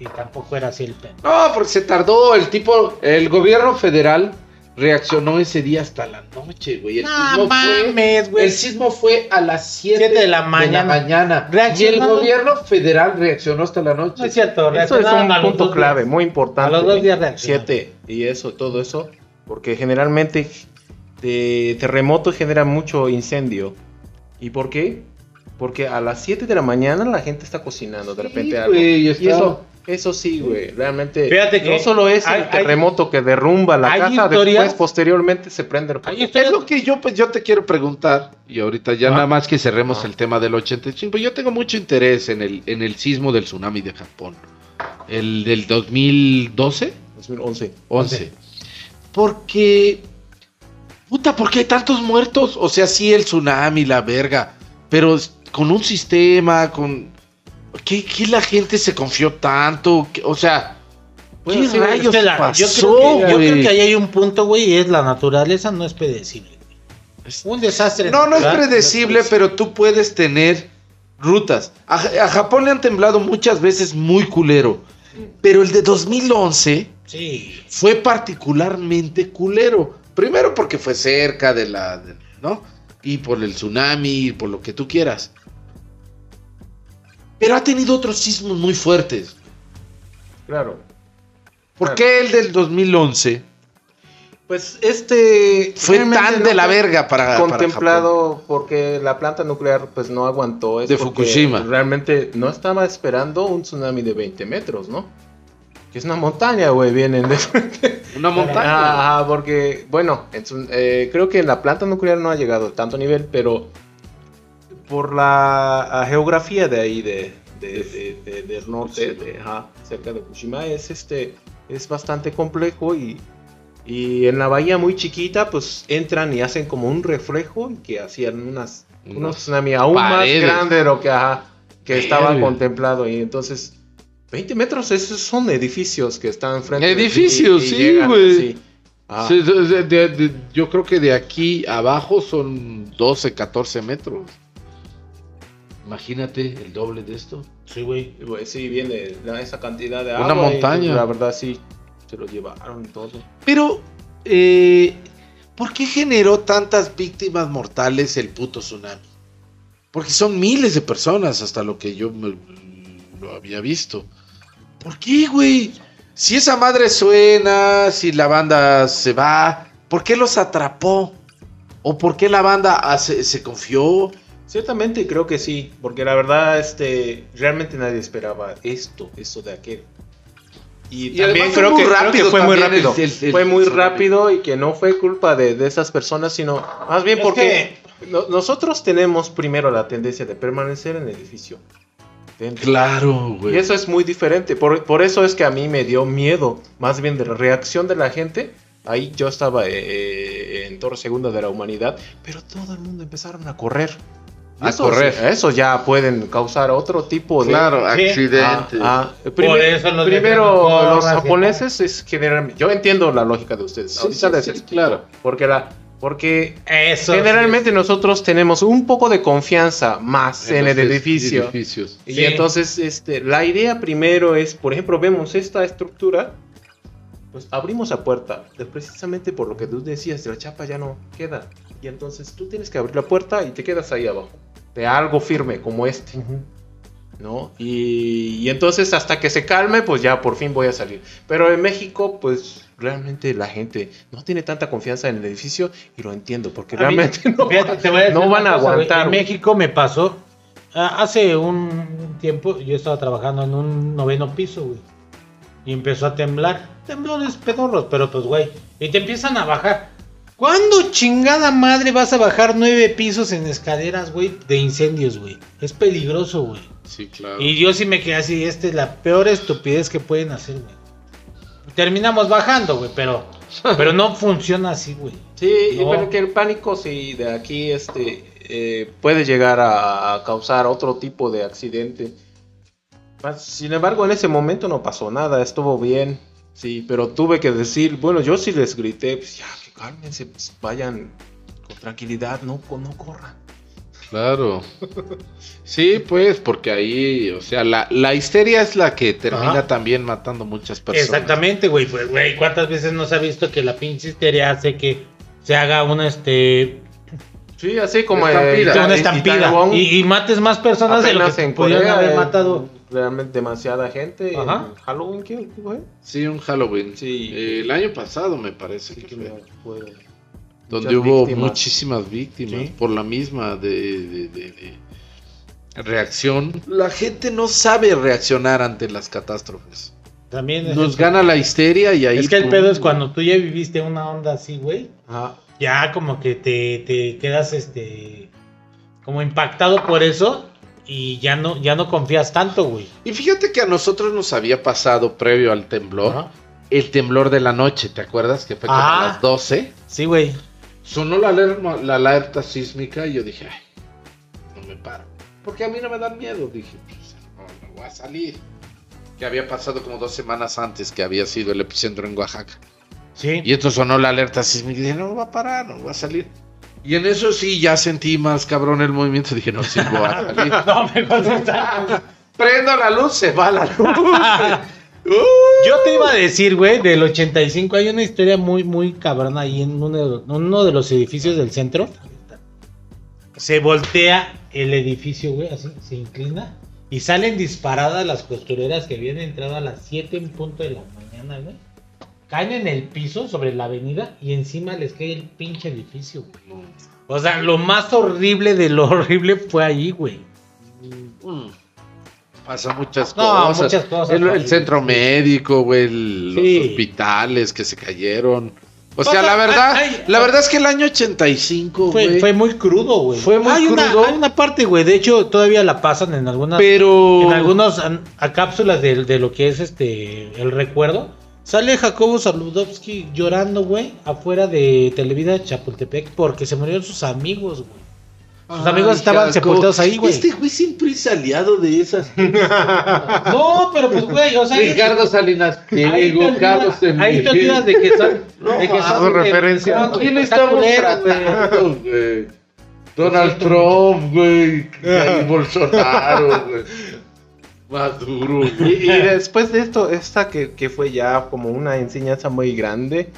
Speaker 1: Y tampoco era así el pendejo.
Speaker 2: No, porque se tardó el tipo, el gobierno federal reaccionó ese día hasta la noche, güey. El,
Speaker 1: No
Speaker 2: sismo,
Speaker 1: mames,
Speaker 2: fue,
Speaker 1: güey.
Speaker 2: el sismo fue a las 7
Speaker 1: Siete
Speaker 2: de la mañana. Y el
Speaker 1: Reaccionando.
Speaker 2: gobierno federal reaccionó hasta la noche.
Speaker 1: No es cierto,
Speaker 3: Eso es
Speaker 1: reaccionaron
Speaker 3: un
Speaker 1: a los
Speaker 3: punto
Speaker 1: dos
Speaker 3: clave,
Speaker 1: días.
Speaker 3: muy importante.
Speaker 1: A los dos días reaccionaron.
Speaker 3: Siete, y eso, todo eso. Porque generalmente de terremoto genera mucho incendio. ¿Y por qué? Porque a las 7 de la mañana la gente está cocinando de
Speaker 2: Sí,
Speaker 3: repente algo.
Speaker 2: güey,
Speaker 3: y
Speaker 2: está-
Speaker 3: eso, eso sí, güey, realmente.
Speaker 1: Fíjate que
Speaker 3: no solo es
Speaker 1: hay-
Speaker 3: el terremoto que derrumba la
Speaker 1: hay
Speaker 3: casa,
Speaker 1: historias-
Speaker 3: después posteriormente se prende el
Speaker 1: Hay
Speaker 2: Es
Speaker 1: historias-
Speaker 2: lo que yo, pues, yo te quiero preguntar, y ahorita ya
Speaker 3: Ah.
Speaker 2: nada más que cerremos
Speaker 3: Ah.
Speaker 2: el tema del 85, yo tengo mucho interés en el, en el sismo del tsunami de Japón, el del 2012,
Speaker 3: 2011.
Speaker 2: 11. Porque, puta, ¿por qué hay tantos muertos? O sea, sí, el tsunami, la verga, pero es- con un sistema, con... ¿Qué, qué la gente se confió tanto? ¿Qué- O sea,
Speaker 1: Bueno,
Speaker 2: ¿qué
Speaker 1: sí,
Speaker 2: rayos
Speaker 1: es que la- yo, creo que,
Speaker 2: pasó,
Speaker 1: yo creo
Speaker 2: güey?
Speaker 1: que ahí hay un punto, güey, y es la naturaleza no es predecible. Un desastre.
Speaker 2: Este, No, no es
Speaker 1: natural,
Speaker 2: predecible, pero tú puedes tener rutas. A, a Japón le han temblado muchas veces muy culero, pero el de 2011
Speaker 1: Sí.
Speaker 2: fue particularmente culero. Primero porque fue cerca de la, de- ¿no? Y por el tsunami, y por lo que tú quieras. Pero ha tenido otros sismos muy fuertes.
Speaker 3: Claro.
Speaker 2: ¿Por
Speaker 3: Claro.
Speaker 2: qué el del 2011
Speaker 3: Pues este
Speaker 2: fue
Speaker 3: realmente
Speaker 2: tan
Speaker 3: no
Speaker 2: de la
Speaker 3: fue-
Speaker 2: verga para para Japón?
Speaker 3: contemplado porque la planta nuclear pues no aguantó es
Speaker 2: De
Speaker 3: porque
Speaker 2: Fukushima.
Speaker 3: Realmente no estaba esperando un tsunami de 20 metros, ¿no? Que es una montaña, güey, vienen de
Speaker 2: Una montaña.
Speaker 3: Ah, ah, porque, bueno, en su- eh, creo que en la planta nuclear no ha llegado a tanto nivel, pero por la ah, geografía de ahí, de, de- de- de- del norte, de, ajá, cerca de Fukushima, es, este, es bastante complejo y, y en la bahía muy chiquita, pues entran y hacen como un reflejo y que hacían unas, unos
Speaker 2: Unas
Speaker 3: tsunami aún
Speaker 2: paredes.
Speaker 3: más grande de lo que, ajá, que estaba
Speaker 2: Verga.
Speaker 3: contemplado y entonces... 20 metros, esos son edificios que están frente. de ti y-
Speaker 2: Edificios,
Speaker 3: y
Speaker 2: sí,
Speaker 3: llegan
Speaker 2: güey.
Speaker 3: así. Ah,
Speaker 2: Sí, de- de- de- de- yo creo que de aquí abajo son 12, 14 metros. Imagínate el doble de esto.
Speaker 1: Sí, güey.
Speaker 3: güey, sí, viene la- esa cantidad de
Speaker 2: Una
Speaker 3: agua y,
Speaker 2: montaña.
Speaker 3: la verdad, sí, se lo llevaron todo.
Speaker 2: Pero, eh, ¿por qué generó tantas víctimas mortales el puto tsunami? Porque son miles de personas, hasta lo que yo me- lo había visto. ¿Por qué, güey? Si esa madre suena, si la banda se va, ¿por qué los atrapó? ¿O por qué la banda ah, se- se confió?
Speaker 3: Ciertamente creo que sí, porque la verdad, este, realmente nadie esperaba esto, esto de aquel.
Speaker 2: Y
Speaker 3: Y, también
Speaker 2: además fue
Speaker 3: creo
Speaker 2: muy
Speaker 3: que, creo que
Speaker 2: rápido
Speaker 3: fue muy
Speaker 2: también
Speaker 3: rápido.
Speaker 2: el- el- el-
Speaker 3: fue muy
Speaker 2: el-
Speaker 3: rápido y que no fue culpa de, de esas personas, sino más bien
Speaker 1: Es
Speaker 3: porque no- nosotros tenemos primero la tendencia de permanecer en el edificio. Dentro.
Speaker 2: Claro, güey.
Speaker 3: Y eso es muy diferente. Por, por eso es que a mí me dio miedo. Más bien de la reacción de la gente. Ahí yo estaba eh, eh, en Torre Segunda de la Humanidad. Pero todo el mundo empezaron a correr. Y
Speaker 2: A correr.
Speaker 3: Eso ya pueden causar otro tipo de.
Speaker 2: Claro,
Speaker 1: Sí.
Speaker 3: Ah,
Speaker 2: accidentes.
Speaker 3: ah, prim-
Speaker 1: eso los
Speaker 3: primero,
Speaker 1: vecinos
Speaker 3: los
Speaker 1: corran,
Speaker 3: japoneses es generalmente. Yo entiendo la lógica de ustedes.
Speaker 2: Sí,
Speaker 3: ahorita
Speaker 2: sí,
Speaker 3: les
Speaker 2: sí,
Speaker 3: explico,
Speaker 2: claro.
Speaker 3: Porque, la, porque
Speaker 1: Eso.
Speaker 3: generalmente nosotros tenemos un poco de confianza más en, el
Speaker 2: Entonces,
Speaker 3: edificio.
Speaker 2: edificios.
Speaker 3: Y
Speaker 1: Sí.
Speaker 3: entonces, este, la idea primero es, por ejemplo, vemos esta estructura, pues abrimos la puerta, pues, precisamente por lo que tú decías, la chapa ya no queda. Y entonces tú tienes que abrir la puerta y te quedas ahí abajo, de algo firme como este, ¿no? Y, y entonces hasta que se calme, pues ya por fin voy a salir. Pero en México, pues realmente la gente no tiene tanta confianza en el edificio y lo entiendo, porque
Speaker 1: A mí-
Speaker 3: realmente no...
Speaker 1: Ah, fíjate, te voy decir
Speaker 3: no
Speaker 1: una
Speaker 3: van a
Speaker 1: güey.
Speaker 3: aguantar,
Speaker 1: En
Speaker 3: güey.
Speaker 1: México me pasó. ah, hace un tiempo yo estaba trabajando en un noveno piso, güey. Y empezó a temblar. Temblores pedorros, pero pues, güey. Y te empiezan a bajar. ¿Cuándo chingada madre vas a bajar nueve pisos en escaleras, güey, de incendios, güey? Es peligroso, güey.
Speaker 2: Sí, claro.
Speaker 1: Y yo sí me quedé así, esta es la peor estupidez que pueden hacer, güey. Terminamos bajando, güey, pero, pero no funciona así, güey.
Speaker 3: Sí,
Speaker 1: No.
Speaker 3: pero que el pánico, sí, de aquí este, eh, puede llegar a, a causar otro tipo de accidente. Mas, Sin embargo, en ese momento no pasó nada, estuvo bien. Sí, pero tuve que decir, bueno, yo sí les grité, pues ya, que cálmense, pues, vayan con tranquilidad, no, co- no corran.
Speaker 2: Claro. Sí, pues, porque ahí, o sea, la, la histeria es la que termina
Speaker 1: Ajá.
Speaker 2: también matando muchas personas.
Speaker 1: Exactamente, güey. Pues, güey, ¿cuántas veces no se ha visto que la pinche histeria hace que se haga una, este,
Speaker 3: Sí, así como
Speaker 2: Estampida.
Speaker 1: una
Speaker 2: Una
Speaker 1: estampida y, y mates más personas de lo
Speaker 3: apenas
Speaker 1: que
Speaker 3: en
Speaker 1: pudieron
Speaker 3: Corea,
Speaker 1: haber
Speaker 3: eh,
Speaker 1: matado.
Speaker 3: Realmente demasiada gente.
Speaker 1: Ajá.
Speaker 3: en Halloween, ¿qué fue?
Speaker 2: Sí, un Halloween.
Speaker 3: Sí.
Speaker 2: Eh, el año pasado me parece
Speaker 3: Sí,
Speaker 2: que
Speaker 3: que
Speaker 2: fue.
Speaker 3: me fue-
Speaker 2: donde
Speaker 3: muchas
Speaker 2: hubo
Speaker 3: víctimas.
Speaker 2: muchísimas víctimas
Speaker 3: Sí.
Speaker 2: por la misma de, de- de- de reacción. La gente no sabe reaccionar ante las catástrofes.
Speaker 1: También es-
Speaker 2: Nos gana la histeria y ahí... pues.
Speaker 1: Es que el
Speaker 2: pum.
Speaker 1: pedo es cuando tú ya viviste una onda así, güey.
Speaker 3: Ajá.
Speaker 1: Ya como que te, te quedas, este, como impactado por eso y ya no, ya no confías tanto, güey.
Speaker 2: Y fíjate que a nosotros nos había pasado previo al temblor,
Speaker 1: Ajá.
Speaker 2: el temblor de la noche, ¿te acuerdas? Que fue como
Speaker 1: Ah.
Speaker 2: a las 12.
Speaker 1: Sí, güey.
Speaker 2: Sonó la alerta, la alerta sísmica y yo dije, "Ay, no me paro. Porque a mí no me dan miedo, dije, pues, no, no voy a salir. Que había pasado como dos semanas antes que había sido el epicentro en Oaxaca.
Speaker 1: Sí.
Speaker 2: Y esto sonó la alerta sísmica y dije, no, no va a parar, no voy a salir. Y en eso sí, ya sentí más cabrón el movimiento. Dije, no, sí, voy a salir.
Speaker 1: No, mejor no está.
Speaker 2: Prendo la luz, se va la luz.
Speaker 1: Yo te iba a decir, güey, del 85 hay una historia muy, muy cabrona ahí en uno de los, uno de los edificios del centro. Se voltea el edificio, güey, así, se inclina. Y salen disparadas las costureras que habían entrado a las 7 en punto de la mañana, güey. Caen en el piso sobre la avenida y encima les cae el pinche edificio, güey. O sea, lo más horrible de lo horrible fue ahí, güey.
Speaker 2: Mm. Pasa muchas
Speaker 1: No,
Speaker 2: cosas.
Speaker 1: muchas cosas,
Speaker 2: El, el
Speaker 1: Pablito,
Speaker 2: centro
Speaker 1: sí.
Speaker 2: médico, güey, el- los
Speaker 1: Sí.
Speaker 2: hospitales que se cayeron. O
Speaker 1: O sea,
Speaker 2: sea, la verdad,
Speaker 1: ay, ay,
Speaker 2: la
Speaker 1: ay.
Speaker 2: verdad es que el año 85,
Speaker 1: Fue,
Speaker 2: güey,
Speaker 1: fue muy crudo, güey.
Speaker 2: Fue muy
Speaker 1: hay
Speaker 2: crudo.
Speaker 1: Una, hay una parte, güey. De hecho, todavía la pasan en algunas
Speaker 2: pero
Speaker 1: en algunos an- a cápsulas de, de lo que es este el recuerdo. Sale Jacobo Zabludovsky llorando, güey, afuera de Televida Chapultepec porque se murieron sus amigos, güey. sus amigos estaban sepultados ahí, güey.
Speaker 2: Este güey siempre es aliado de esas.
Speaker 1: No, pero pues, güey, o sea, ahí-
Speaker 2: Ricardo Salinas,
Speaker 1: ahí te
Speaker 2: Diego,
Speaker 1: olvidas-
Speaker 2: Carlos
Speaker 1: ahí te olvidas de que son, de que son de-
Speaker 4: referencia.
Speaker 1: son-
Speaker 2: ¿A ah, quién
Speaker 1: está
Speaker 2: estamos
Speaker 1: culero, güey.
Speaker 2: tratando, güey? Donald Trump, güey. y Bolsonaro, güey. Maduro,
Speaker 3: Y,
Speaker 2: güey.
Speaker 3: y después de esto, esta que, que fue ya como una enseñanza muy grande,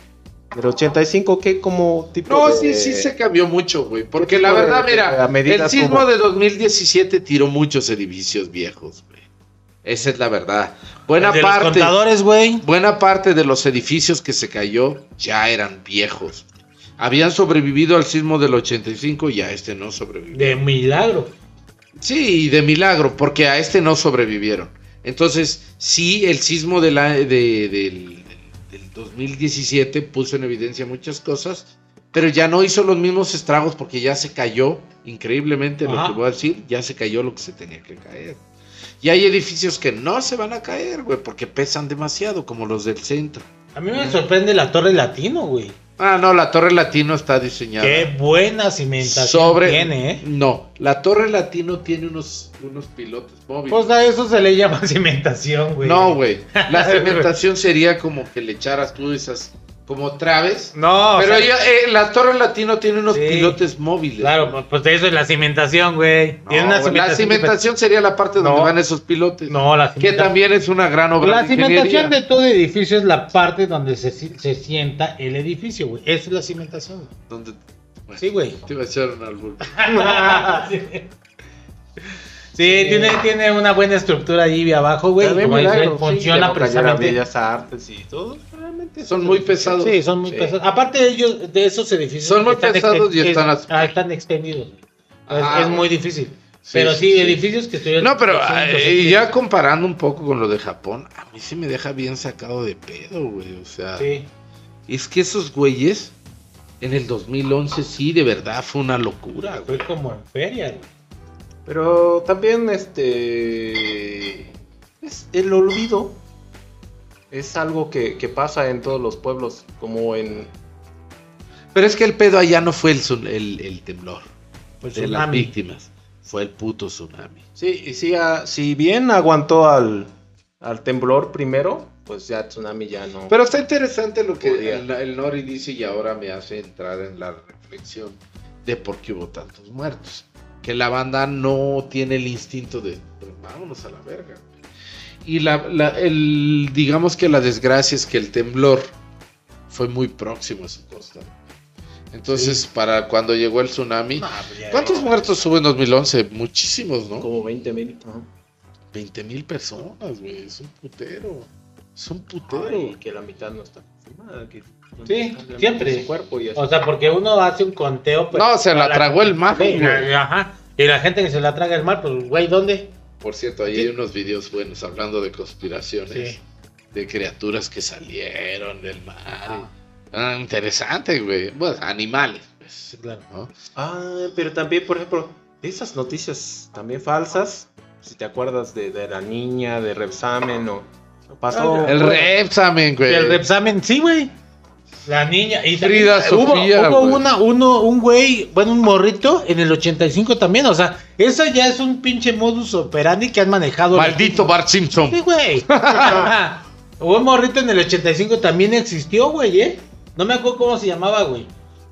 Speaker 3: del 85, que como tipo.
Speaker 2: No, sí,
Speaker 3: de-
Speaker 2: sí se cambió mucho, güey. Porque
Speaker 3: ¿Qué
Speaker 2: la
Speaker 3: tipo de-
Speaker 2: verdad,
Speaker 3: de-
Speaker 2: mira,
Speaker 3: a medidas
Speaker 2: el sismo
Speaker 3: como-
Speaker 2: de 2017 tiró muchos edificios viejos, güey. Esa es la verdad. Buena
Speaker 1: de los
Speaker 2: parte,
Speaker 1: contadores, güey.
Speaker 2: buena parte de los edificios que se cayó ya eran viejos. Habían sobrevivido al sismo del 85 y a este no sobrevivió.
Speaker 1: De milagro.
Speaker 2: Sí, y de milagro, porque a este no sobrevivieron. Entonces, sí, el sismo de la- de- del, del 2017 puso en evidencia muchas cosas, pero ya no hizo los mismos estragos porque ya se cayó, increíblemente
Speaker 1: Ajá.
Speaker 2: lo que voy a decir, ya se cayó lo que se tenía que caer. Y hay edificios que no se van a caer, güey, porque pesan demasiado, como los del centro.
Speaker 1: A mí
Speaker 2: Mm.
Speaker 1: me sorprende la Torre Latino, güey.
Speaker 2: Ah, no, la Torre Latino está diseñada.
Speaker 1: Qué buena cimentación
Speaker 2: sobre
Speaker 1: tiene, ¿eh?
Speaker 2: No, la Torre Latino tiene unos, unos pilotes móviles.
Speaker 1: Pues a eso se le llama cimentación, güey.
Speaker 2: No, güey. La cementación sería como que le echaras tú esas como traves.
Speaker 1: No, o
Speaker 2: pero
Speaker 1: sea,
Speaker 2: ella- eh, la Torre Latino tiene unos
Speaker 1: Sí.
Speaker 2: pilotes móviles.
Speaker 1: Claro, pues, pues de eso es la cimentación, güey.
Speaker 2: No,
Speaker 1: Tiene una
Speaker 2: güey, la
Speaker 1: cimentación.
Speaker 2: cimentación sería la parte donde
Speaker 1: No.
Speaker 2: van esos pilotes.
Speaker 1: No, la
Speaker 2: que
Speaker 1: cimentación.
Speaker 2: también es una gran obra.
Speaker 1: La
Speaker 2: de
Speaker 1: cimentación
Speaker 2: ingeniería.
Speaker 1: de todo edificio es la parte donde se, si- se sienta el edificio, güey. Esa es la cimentación. güey.
Speaker 2: Donde- bueno,
Speaker 1: Sí, güey.
Speaker 2: Te iba a echar un albur.
Speaker 1: sí, Tiene, tiene una buena estructura ahí abajo, güey. y
Speaker 3: También
Speaker 1: Como dice,
Speaker 3: milagro, sí,
Speaker 1: funciona
Speaker 3: que no cayeran
Speaker 1: precisamente.
Speaker 3: Bellas artes y todo. Realmente
Speaker 2: Son muy pesados.
Speaker 1: Sí, son muy
Speaker 3: Sí.
Speaker 1: pesados. Aparte de ellos, de esos edificios.
Speaker 2: Son muy
Speaker 1: que están
Speaker 2: pesados y
Speaker 1: exten-
Speaker 2: están
Speaker 1: es-
Speaker 2: as-
Speaker 1: ah, están extendidos. güey. Es,
Speaker 2: Ah,
Speaker 1: es muy difícil.
Speaker 2: Sí,
Speaker 1: pero sí,
Speaker 2: sí, sí.
Speaker 1: edificios que estuvieron.
Speaker 2: No, pero
Speaker 1: que
Speaker 2: eh,
Speaker 1: son-
Speaker 2: y ya comparando un poco con lo de Japón, a mí sí me deja bien sacado de pedo, güey. O sea,
Speaker 1: Sí.
Speaker 2: es que esos güeyes En el 2011 sí, de verdad, fue una locura, güey.
Speaker 1: Fue como en feria, güey.
Speaker 3: Pero también este es- el olvido es algo que, que pasa en todos los pueblos, como en
Speaker 2: Pero es que el pedo allá no fue el, tsun- el, el temblor
Speaker 1: Pues
Speaker 2: de las
Speaker 1: tsunami.
Speaker 2: víctimas, fue el puto tsunami.
Speaker 3: sí, y sí, ah, si bien aguantó al, al temblor primero, pues ya tsunami ya no.
Speaker 2: Pero está interesante lo que
Speaker 3: Podía.
Speaker 2: el, el Nori dice y ahora me hace entrar en la reflexión de por qué hubo tantos muertos. Que la banda no tiene el instinto de "Pues vámonos a la verga. Y la, la- el, digamos que la desgracia es que el temblor fue muy próximo a su costa. Entonces, para cuando llegó el tsunami,
Speaker 1: Ah, pues ya,
Speaker 2: ¿cuántos
Speaker 1: eh.
Speaker 2: muertos hubo en 2011? Muchísimos, ¿no?
Speaker 3: como 20 mil. ajá.
Speaker 2: 20 mil personas, güey. Es un putero. Es un putero.
Speaker 3: Ay, que la mitad no está confirmada. que-
Speaker 1: Sí,
Speaker 3: que-
Speaker 1: siempre.
Speaker 3: su cuerpo y así.
Speaker 1: O sea, porque uno hace un conteo. pues,
Speaker 2: no, se la
Speaker 1: para-
Speaker 2: tragó el mar,
Speaker 1: Sí, la- Ajá. Y la gente que se la traga el mar, pues, güey, ¿dónde?
Speaker 2: Por cierto, ahí hay unos videos buenos hablando de conspiraciones,
Speaker 1: Sí.
Speaker 2: de criaturas que salieron del mar. Ah, interesante, güey. Bueno, animales, pues,
Speaker 1: Sí, claro.
Speaker 2: ¿no?
Speaker 3: Ah, pero también, por ejemplo, esas noticias también falsas, si te acuerdas de, de la niña, de Repsamen o o pasó...
Speaker 2: El Repsamen, güey.
Speaker 1: El examen, sí, güey. La niña. Y
Speaker 2: Frida
Speaker 1: también hubo-
Speaker 2: Sofía,
Speaker 1: Hubo,
Speaker 2: güey.
Speaker 1: una, uno, un güey, bueno, un morrito en el 85 también. O sea, eso ya es un pinche modus operandi que han manejado. la
Speaker 2: Maldito Bart Simpson.
Speaker 1: Sí, güey. Ajá. Hubo un morrito en el 85 también existió, güey, ¿eh? No me acuerdo cómo se llamaba, güey.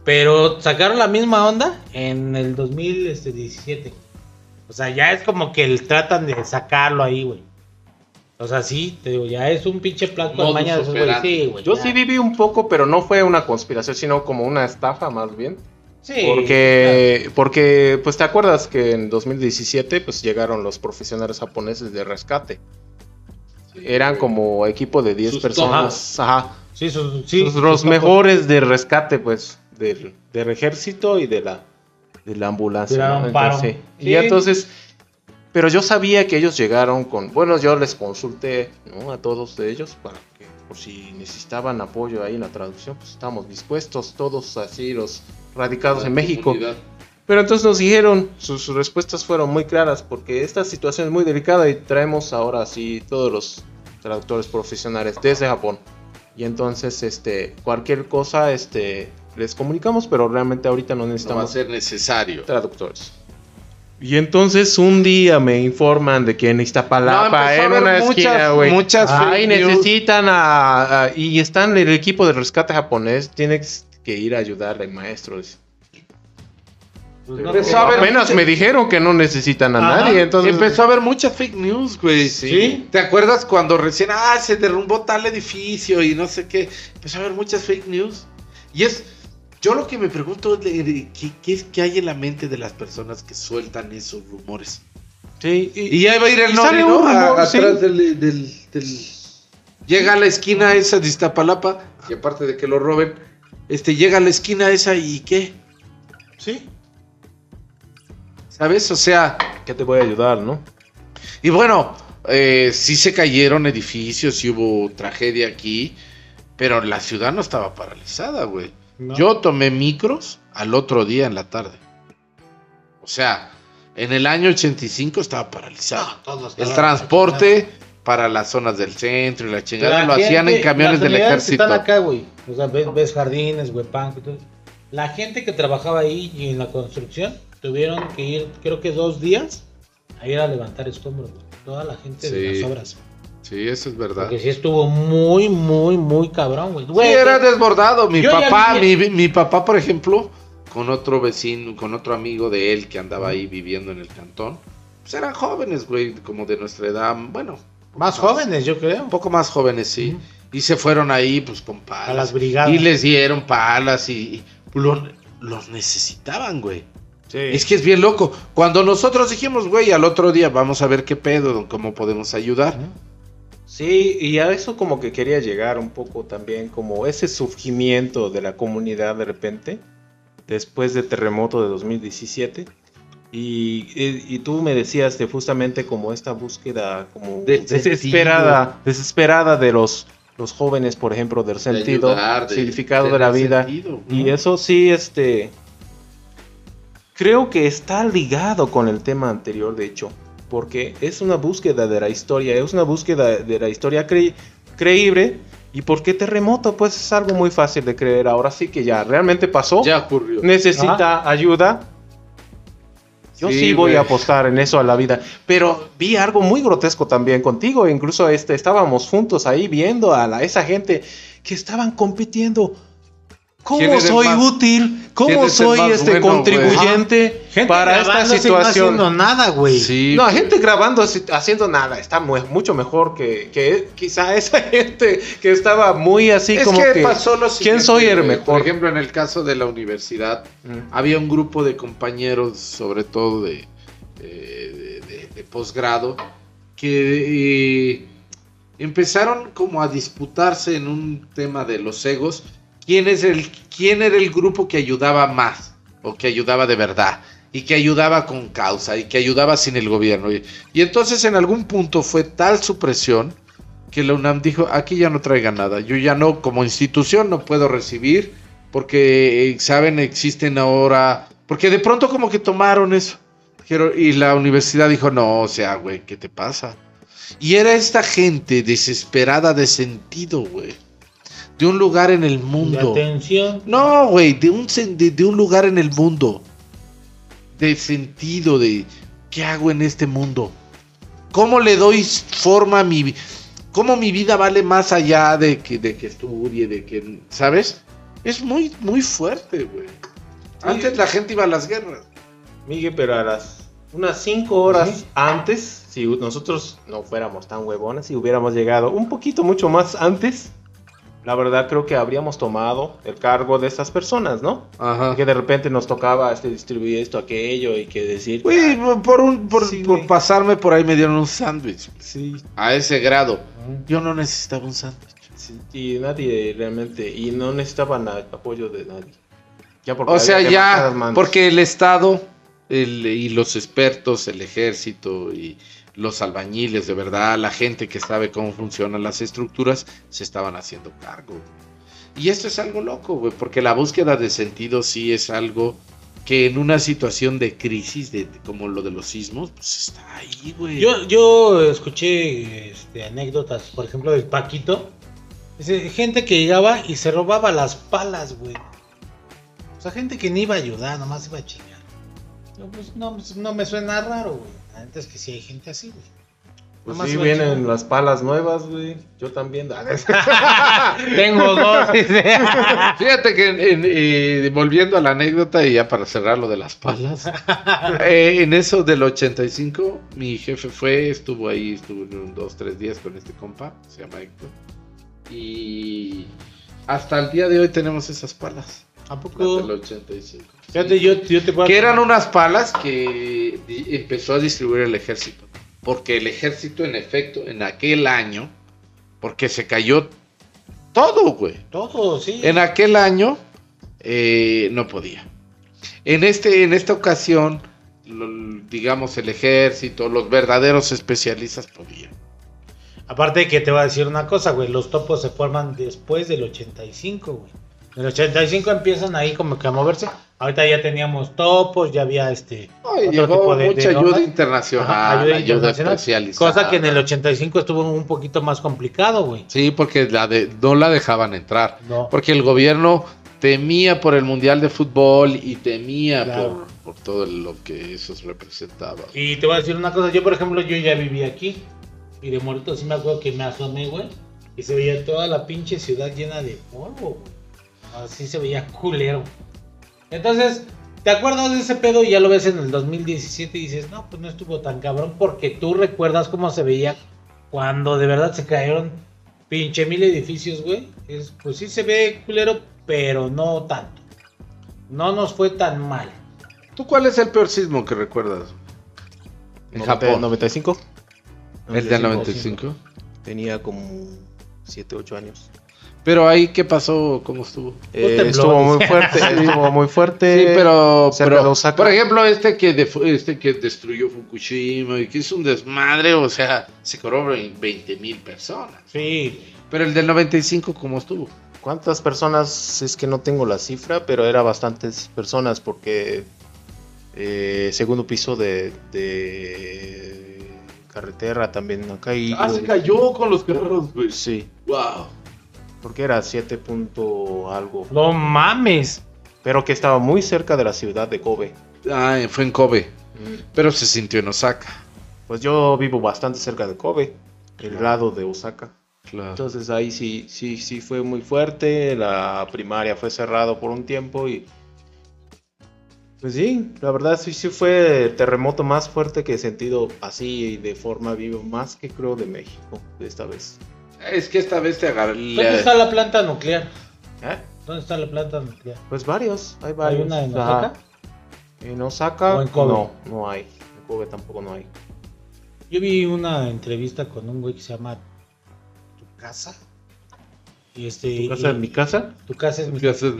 Speaker 1: Pero sacaron la misma onda en el 2017. O sea, ya es como que el- tratan de sacarlo ahí, güey. O sea, sí, te digo, ya es un pinche plato de
Speaker 2: Modus
Speaker 1: maña de esos, güey.
Speaker 2: operandi.
Speaker 1: Sí, güey.
Speaker 3: Yo
Speaker 1: ya.
Speaker 3: sí viví un poco, pero no fue una conspiración, sino como una estafa más bien.
Speaker 1: Sí.
Speaker 3: Porque, porque, pues te acuerdas que en 2017 pues llegaron los profesionales japoneses de rescate. Eran como equipo de 10
Speaker 2: Sus
Speaker 3: personas. Ajá.
Speaker 1: Sí, sus- sí,
Speaker 3: los,
Speaker 1: sus
Speaker 3: los
Speaker 1: topos
Speaker 3: mejores de rescate, pues, del, del ejército y de la, de la ambulancia.
Speaker 1: De la
Speaker 3: ¿no?
Speaker 1: amparo.
Speaker 3: Entonces, sí.
Speaker 1: Sí.
Speaker 3: Y entonces, pero yo sabía que ellos llegaron con, bueno, yo les consulté ¿no? a todos de ellos para que, por si necesitaban apoyo ahí en la traducción, pues estamos dispuestos todos así, los radicados en México. Pero entonces nos dijeron, sus sus respuestas fueron muy claras, porque esta situación es muy delicada y traemos ahora sí todos los traductores profesionales desde Japón. Y entonces, este, cualquier cosa, este, les comunicamos, pero realmente ahorita no
Speaker 2: No va a
Speaker 3: necesitamos
Speaker 2: ser necesario.
Speaker 3: traductores. Y entonces un día me informan de que en Iztapalapa,
Speaker 2: No, empezó a
Speaker 3: en
Speaker 2: haber
Speaker 3: una esquina,
Speaker 2: muchas-
Speaker 3: güey.
Speaker 2: muchas
Speaker 3: Ay,
Speaker 2: fake news.
Speaker 3: necesitan a, a- Y están el equipo de rescate japonés, tienes que ir a ayudarle, maestros.
Speaker 1: Pues no,
Speaker 2: Empezó
Speaker 1: güey.
Speaker 2: a haber-
Speaker 3: Apenas me dijeron que no necesitan a
Speaker 1: Ajá.
Speaker 3: nadie, entonces
Speaker 2: Empezó a haber mucha fake news, güey.
Speaker 1: Sí.
Speaker 2: ¿Te acuerdas cuando recién, ah, se derrumbó tal edificio y no sé qué? Empezó a haber muchas fake news. Y es, yo lo que me pregunto es, de- de- ¿qué, qué es que hay en la mente de las personas que sueltan esos rumores?
Speaker 3: Sí,
Speaker 2: Y ya va a ir el
Speaker 3: Y
Speaker 2: nombre,
Speaker 3: sale
Speaker 2: ¿no?
Speaker 3: un
Speaker 2: A-
Speaker 3: rumor, sí.
Speaker 2: atrás del, del- del- Llega a la esquina esa de Iztapalapa, y aparte de que lo roben, este, llega a la esquina esa y ¿qué?
Speaker 1: Sí.
Speaker 2: ¿Sabes? O sea...
Speaker 3: que te voy a ayudar, ¿no?
Speaker 2: Y bueno, eh, sí se cayeron edificios, sí hubo tragedia aquí, pero la ciudad no estaba paralizada, güey.
Speaker 1: No.
Speaker 2: Yo tomé micros al otro día en la tarde. O sea, en el año 85 estaba paralizado.
Speaker 1: Todos
Speaker 2: El
Speaker 1: estaban-
Speaker 2: transporte para las zonas del centro y la chingada
Speaker 1: La
Speaker 2: lo hacían
Speaker 1: gente-
Speaker 2: en camiones
Speaker 1: las
Speaker 2: del
Speaker 1: unidades que
Speaker 2: ejército.
Speaker 1: Están acá, güey. O sea, ves, ves jardines, güey, banco y todo. La gente que trabajaba ahí y en la construcción tuvieron que ir, creo que dos días, a ir a levantar escombros, güey. Toda la gente de
Speaker 2: Sí,
Speaker 1: las obras.
Speaker 2: Sí, eso es verdad.
Speaker 1: Porque sí estuvo muy, muy, muy cabrón, güey.
Speaker 2: Sí,
Speaker 1: Güey,
Speaker 2: era
Speaker 1: güey,
Speaker 2: desbordado. Mi
Speaker 1: Yo ya
Speaker 2: papá, mi,
Speaker 1: vi-
Speaker 2: mi papá, por ejemplo, con otro vecino, con otro amigo de él que andaba ahí viviendo en el cantón, pues eran jóvenes, güey, como de nuestra edad, bueno,
Speaker 1: Más jóvenes, yo creo.
Speaker 2: un poco más jóvenes, sí.
Speaker 1: Ujú.
Speaker 2: Y se fueron ahí, pues, con palas.
Speaker 1: A las brigadas.
Speaker 2: Y les dieron palas y, y lo- los necesitaban, güey.
Speaker 3: Sí.
Speaker 2: Es que es bien loco. Cuando nosotros dijimos, güey, al otro día vamos a ver qué pedo, cómo podemos ayudar.
Speaker 3: y a eso como que quería llegar un poco también, como ese surgimiento de la comunidad de repente, después del terremoto de 2017. Y, y- y tú me decías de justamente como esta búsqueda como
Speaker 2: Del
Speaker 3: desesperada, desesperada de los los jóvenes, por ejemplo, del
Speaker 2: de
Speaker 3: sentido,
Speaker 2: ayudar, de-
Speaker 3: significado de,
Speaker 2: tener
Speaker 3: la vida.
Speaker 2: sentido.
Speaker 3: Y eso sí, este. Creo que está ligado con el tema anterior, de hecho. Porque es una búsqueda de la historia, es una búsqueda de la historia creí- creíble. ¿Y por qué terremoto? Pues es algo muy fácil de creer. Ahora sí que ya realmente pasó.
Speaker 2: Ya ocurrió.
Speaker 3: Necesita ayuda. Yo sí,
Speaker 2: Sí,
Speaker 3: voy
Speaker 2: güey.
Speaker 3: a apostar en eso a la vida. Pero vi algo muy grotesco también contigo. Incluso este, estábamos juntos ahí viendo a la- esa gente que estaban compitiendo.
Speaker 2: ¿Quién
Speaker 3: ¿Cómo
Speaker 2: es el
Speaker 3: soy
Speaker 2: más-
Speaker 3: útil?
Speaker 2: quién
Speaker 3: ¿Cómo
Speaker 2: es el
Speaker 3: soy
Speaker 2: más
Speaker 3: este
Speaker 2: bueno, güey?
Speaker 3: contribuyente
Speaker 1: Gente
Speaker 3: para esta
Speaker 1: grabándose y
Speaker 3: situación?
Speaker 1: No haciendo nada, güey.
Speaker 5: Sí.
Speaker 3: No,
Speaker 5: güey.
Speaker 3: gente grabando si- haciendo nada está mu- mucho mejor que, que quizá esa gente que estaba muy así
Speaker 2: es
Speaker 3: como
Speaker 2: que,
Speaker 3: que.
Speaker 2: pasó lo
Speaker 3: ¿quién
Speaker 2: siguiente,
Speaker 3: soy el
Speaker 2: güey.
Speaker 3: mejor?
Speaker 2: Por ejemplo, en el caso de la universidad,
Speaker 3: Mm.
Speaker 2: había un grupo de compañeros, sobre todo de, eh, de- de- de posgrado, que eh, empezaron como a disputarse en un tema de los egos, quién, es el, quién era el grupo que ayudaba más, o que ayudaba de verdad, y que ayudaba con causa, y que ayudaba sin el gobierno. Y, y entonces en algún punto fue tal su presión que la UNAM dijo, aquí ya no traiga nada, yo ya no, como institución, no puedo recibir porque eh, saben, existen ahora, porque de pronto como que tomaron eso. Dijeron- Y la universidad dijo, no, o sea, güey, ¿qué te pasa? Y era esta gente desesperada de sentido, güey. De un lugar en el
Speaker 1: De
Speaker 2: mundo.
Speaker 1: atención.
Speaker 2: No, güey, de un, sen- de, de un lugar en el mundo. De sentido, de qué hago en este mundo. ¿Cómo le doy forma a mi vida? ¿Cómo mi vida vale más allá de que, de que estudie, de que... ¿Sabes? Es muy, muy fuerte, güey. Antes la gente iba a las guerras.
Speaker 3: Miguel, pero a las unas 5 horas antes, si nosotros no fuéramos tan huevones, si hubiéramos llegado un poquito mucho más antes, la verdad creo que habríamos tomado el cargo de esas personas, ¿no?
Speaker 2: Ajá.
Speaker 3: Que de repente nos tocaba este, distribuir esto, aquello y que decir...
Speaker 2: Güey,
Speaker 3: "Ah,
Speaker 2: por, un, por,
Speaker 3: Sí,
Speaker 2: por
Speaker 3: güey.
Speaker 2: pasarme por ahí me dieron un sándwich.
Speaker 3: sí,
Speaker 2: A ese grado. Yo no necesitaba un sándwich.
Speaker 3: "Ah, sí", y nadie realmente, y no necesitaban a- apoyo de nadie. Ya porque
Speaker 2: O sea,
Speaker 3: había
Speaker 2: ya,
Speaker 3: demasiadas manos.
Speaker 2: porque el Estado el- y los expertos, el ejército y los albañiles, de verdad, la gente que sabe cómo funcionan las estructuras, se estaban haciendo cargo. Y esto es algo loco, güey, porque la búsqueda de sentido sí es algo que en una situación de crisis, de, como lo de los sismos, pues está ahí, güey.
Speaker 1: Yo, yo escuché este, anécdotas, por ejemplo, del Paquito. Dice, gente que llegaba y se robaba las palas, güey. O sea, gente que ni iba a ayudar, nomás iba a chingar. Yo, pues, no, pues, no me suena raro, güey. Antes que sí hay gente así, güey.
Speaker 3: Pues
Speaker 1: Nomás
Speaker 3: sí,
Speaker 1: iba a
Speaker 3: vienen
Speaker 1: chingar.
Speaker 3: las palas nuevas, güey. Yo también. ah,
Speaker 1: Tengo dos. dice.
Speaker 2: Fíjate que en- en- eh, volviendo a la anécdota y ya para cerrar lo de las palas, eh, en eso del 85 mi jefe fue, estuvo ahí, estuvo en un, dos, tres días con este compa, se llama Héctor, y hasta el día de hoy tenemos esas palas,
Speaker 1: ¿A
Speaker 2: las del
Speaker 1: poco?
Speaker 2: 85.
Speaker 1: Uh. Fíjate, yo, yo te voy a-
Speaker 2: Que eran unas palas que di- empezó a distribuir el ejército. Porque el ejército, en efecto, en aquel año, porque se cayó todo, güey.
Speaker 1: Todo, sí.
Speaker 2: En aquel año eh, no podía. En, este, en esta ocasión, lo- digamos, el ejército, los verdaderos especialistas podían.
Speaker 1: Aparte que te voy a decir una cosa, güey, los topos se forman después del 85, güey. En el 85 empiezan ahí como que a moverse. Ahorita ya teníamos topos, ya había este
Speaker 2: Ay,
Speaker 1: otro
Speaker 2: llegó
Speaker 1: tipo de- de
Speaker 2: mucha
Speaker 1: normas.
Speaker 2: ayuda internacional,
Speaker 1: Ajá,
Speaker 2: ayuda,
Speaker 1: internacional,
Speaker 2: especializada.
Speaker 1: Cosa que en el 85 estuvo un poquito más complicado, güey.
Speaker 2: Sí, porque la de, no la dejaban entrar.
Speaker 1: No.
Speaker 2: Porque el gobierno temía por el Mundial de Fútbol y temía
Speaker 1: Claro.
Speaker 2: por, por todo lo que eso representaba.
Speaker 1: Y te voy a decir una cosa, yo por ejemplo, yo ya viví aquí. Y de morrito sí me acuerdo que me asomé, güey. Y se veía toda la pinche ciudad llena de polvo, güey. Así se veía culero. Entonces, te acuerdas de ese pedo y ya lo ves en el 2017 y dices, no, pues no estuvo tan cabrón porque tú recuerdas cómo se veía cuando de verdad se cayeron pinche mil edificios, güey. Es, pues sí se ve culero, pero no tanto. No nos fue tan mal.
Speaker 2: ¿Tú cuál es el peor sismo que recuerdas? En Japón.
Speaker 3: 95.
Speaker 2: el del
Speaker 3: 95.
Speaker 2: 95.
Speaker 3: Tenía como 7, 8 años.
Speaker 2: Pero ahí, ¿qué pasó? ¿Cómo estuvo?
Speaker 3: Eh,
Speaker 1: tembló,
Speaker 3: estuvo muy
Speaker 1: dice.
Speaker 3: fuerte, estuvo muy fuerte.
Speaker 2: Sí, pero,
Speaker 3: cerca
Speaker 2: pero,
Speaker 3: de Osaka.
Speaker 2: por ejemplo, este que, defu- este que destruyó Fukushima y que hizo un desmadre, o sea, se cobró 20 mil personas.
Speaker 1: Sí.
Speaker 2: Pero el del 95, ¿cómo estuvo?
Speaker 3: ¿Cuántas personas? Es que no tengo la cifra, pero era bastantes personas porque eh, segundo piso de, de carretera también acá y
Speaker 2: Ah, se cayó con los pues. carros, güey.
Speaker 3: sí,
Speaker 2: Wow.
Speaker 3: porque era 7 punto algo,
Speaker 1: No mames.
Speaker 3: pero que estaba muy cerca de la ciudad de Kobe.
Speaker 2: Ah, fue en Kobe.
Speaker 3: Mm.
Speaker 2: Pero se sintió en Osaka.
Speaker 3: Pues yo vivo bastante cerca de Kobe, el lado de Osaka.
Speaker 2: Claro.
Speaker 3: Entonces ahí sí, sí, sí fue muy fuerte. La primaria fue cerrado por un tiempo y. Pues sí, la verdad sí, sí fue el terremoto más fuerte que he sentido así y de forma viva, más que creo de México, de esta vez.
Speaker 2: Es que esta vez te agarré.
Speaker 3: Pues
Speaker 1: ¿Dónde está la planta nuclear?
Speaker 3: ¿Eh?
Speaker 1: ¿Dónde está la planta nuclear?
Speaker 3: Pues varios, hay varios.
Speaker 1: ¿Hay una en
Speaker 3: Ajá.
Speaker 1: Oaxaca?
Speaker 3: ¿En Osaka?
Speaker 1: ¿O en Kobe?
Speaker 3: No, no hay. En Kobe tampoco no hay.
Speaker 1: Yo vi una entrevista con un güey que se llama Tu casa. Y este,
Speaker 3: ¿Tu casa
Speaker 1: y-
Speaker 3: en mi casa?
Speaker 1: Tu casa es mi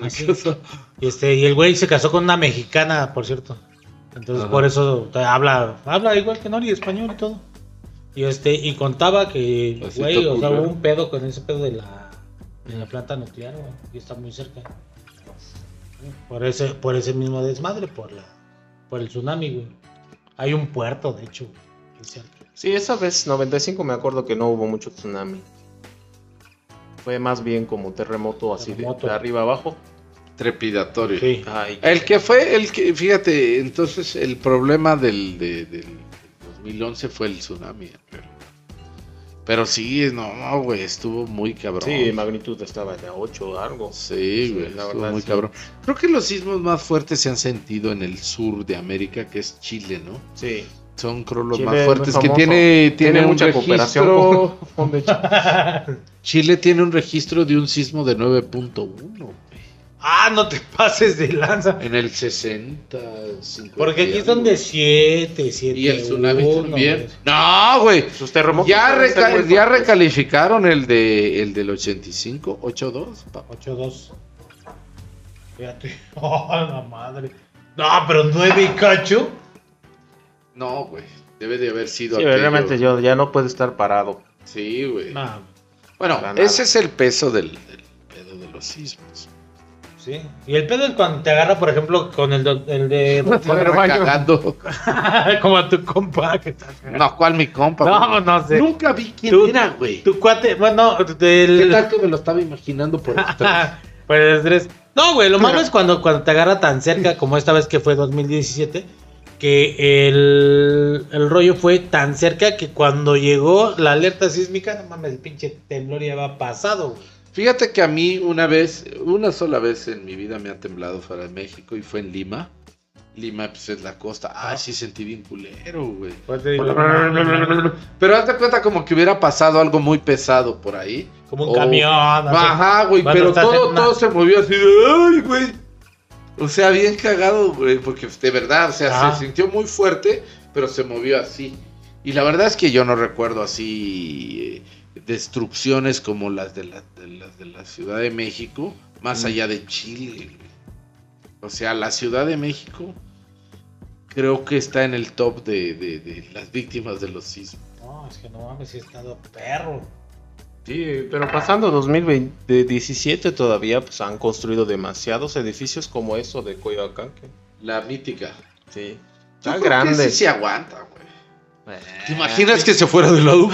Speaker 1: Así.
Speaker 2: casa.
Speaker 1: Y este, y el güey se casó con una mexicana, por cierto. Entonces
Speaker 2: Ajá.
Speaker 1: por eso te- habla, habla igual que Nori, español y todo. Y este, y contaba que
Speaker 2: Así
Speaker 1: güey,
Speaker 2: está
Speaker 1: o sea,
Speaker 2: culero.
Speaker 1: hubo un pedo con ese pedo de la, de la planta nuclear, güey, y está muy cerca. Por ese, por ese mismo desmadre, por la, por el tsunami, güey. Hay un puerto, de hecho, güey, muy cerca.
Speaker 3: Sí, esa vez, 95, me acuerdo que no hubo mucho tsunami. Fue más bien como terremoto así de-
Speaker 1: Terremoto.
Speaker 3: de arriba abajo.
Speaker 2: Trepidatorio.
Speaker 1: Sí.
Speaker 3: Ay,
Speaker 2: El que fue, el que, fíjate, entonces el problema del, de- del 2011 fue el tsunami. Pero, pero sí, no, güey, estuvo muy cabrón.
Speaker 3: Sí, magnitud estaba de 8 o algo.
Speaker 2: Sí, güey,
Speaker 3: Sí, la
Speaker 2: estuvo
Speaker 3: verdad,
Speaker 2: muy
Speaker 3: sí.
Speaker 2: cabrón. Creo que los sismos más fuertes se han sentido en el sur de América, que es Chile, ¿no?
Speaker 3: Sí.
Speaker 2: Son creo los
Speaker 3: Chile
Speaker 2: más
Speaker 3: es
Speaker 2: fuertes,
Speaker 3: muy
Speaker 2: que
Speaker 3: famoso.
Speaker 2: tiene, tiene,
Speaker 3: Tiene
Speaker 2: un
Speaker 3: mucha
Speaker 2: registro-
Speaker 3: cooperación con- con de hecho.
Speaker 2: Chile tiene un registro de un sismo de 9.1 güey,
Speaker 1: Ah, no te pases de lanza.
Speaker 2: en el 60, 50.
Speaker 1: Porque aquí
Speaker 2: y
Speaker 1: son de
Speaker 2: algo.
Speaker 1: 7, 7.
Speaker 2: Y el tsunami también. No, güey.
Speaker 3: Sus terremotos.
Speaker 2: Ya,
Speaker 3: también están
Speaker 2: reca-
Speaker 3: muy
Speaker 2: ya
Speaker 3: fuertes.
Speaker 2: recalificaron el, de, el del 85, 8.2. papá.
Speaker 1: 8-2. Fíjate. Oh, la madre. No, pero 9 y cacho.
Speaker 2: No, güey. Debe de haber sido
Speaker 3: Sí,
Speaker 2: aquello.
Speaker 3: realmente yo ya no puedo estar parado.
Speaker 2: Sí, güey.
Speaker 1: No,
Speaker 2: Bueno,
Speaker 3: Para
Speaker 2: ese
Speaker 3: nada.
Speaker 2: es el peso del, del pedo de los sismos.
Speaker 1: sí. Y el pedo es cuando te agarra, por ejemplo, con el, do- el de.
Speaker 2: Te agarra cagando.
Speaker 1: como a tu compa que estás.
Speaker 2: No, ¿cuál mi compa?
Speaker 1: No,
Speaker 2: güey?
Speaker 1: no sé.
Speaker 2: Nunca vi quién
Speaker 1: Tú-
Speaker 2: era, güey.
Speaker 1: Tu cuate, bueno,
Speaker 2: ¿Qué
Speaker 1: del.
Speaker 2: tal que me lo estaba imaginando por esto?
Speaker 1: Pues el estrés. No, güey, lo malo es cuando, cuando te agarra tan cerca como esta vez que fue 2017. Que el, el rollo fue tan cerca que cuando llegó la alerta sísmica, no mames, el pinche temblor ya va pasado, güey.
Speaker 2: Fíjate que a mí una vez, una sola vez en mi vida me ha temblado fuera de México y fue en Lima. Lima, pues es la costa. Ah, sí sentí bien culero, güey.
Speaker 1: Pues te digo, como
Speaker 2: Pero hazte cuenta como que hubiera pasado algo muy pesado por ahí.
Speaker 1: un
Speaker 2: O-
Speaker 1: camión. así.
Speaker 2: Oh. Ajá, güey,
Speaker 1: Cuando
Speaker 2: pero
Speaker 1: estás
Speaker 2: todo,
Speaker 1: en una-
Speaker 2: todo se movió así de, ay, güey. O sea, bien cagado, güey, porque de verdad, o sea,
Speaker 1: Ajá.
Speaker 2: se sintió muy fuerte, pero se movió así. Y la verdad es que yo no recuerdo así eh, destrucciones como las de la, de las de la Ciudad de México, más allá de Chile. güey. O sea, la Ciudad de México creo que está en el top de, de- de las víctimas de los sismos.
Speaker 1: No, es que no mames, he estado perro.
Speaker 3: Sí, pero pasando 2017 todavía pues han construido demasiados edificios como eso de Coyoacán. que-
Speaker 2: La mítica.
Speaker 3: Sí.
Speaker 2: Yo creo
Speaker 3: Tan
Speaker 2: que sí
Speaker 3: grande.
Speaker 2: se aguanta, güey.
Speaker 1: Eh.
Speaker 2: ¿Te imaginas que se fuera de lado?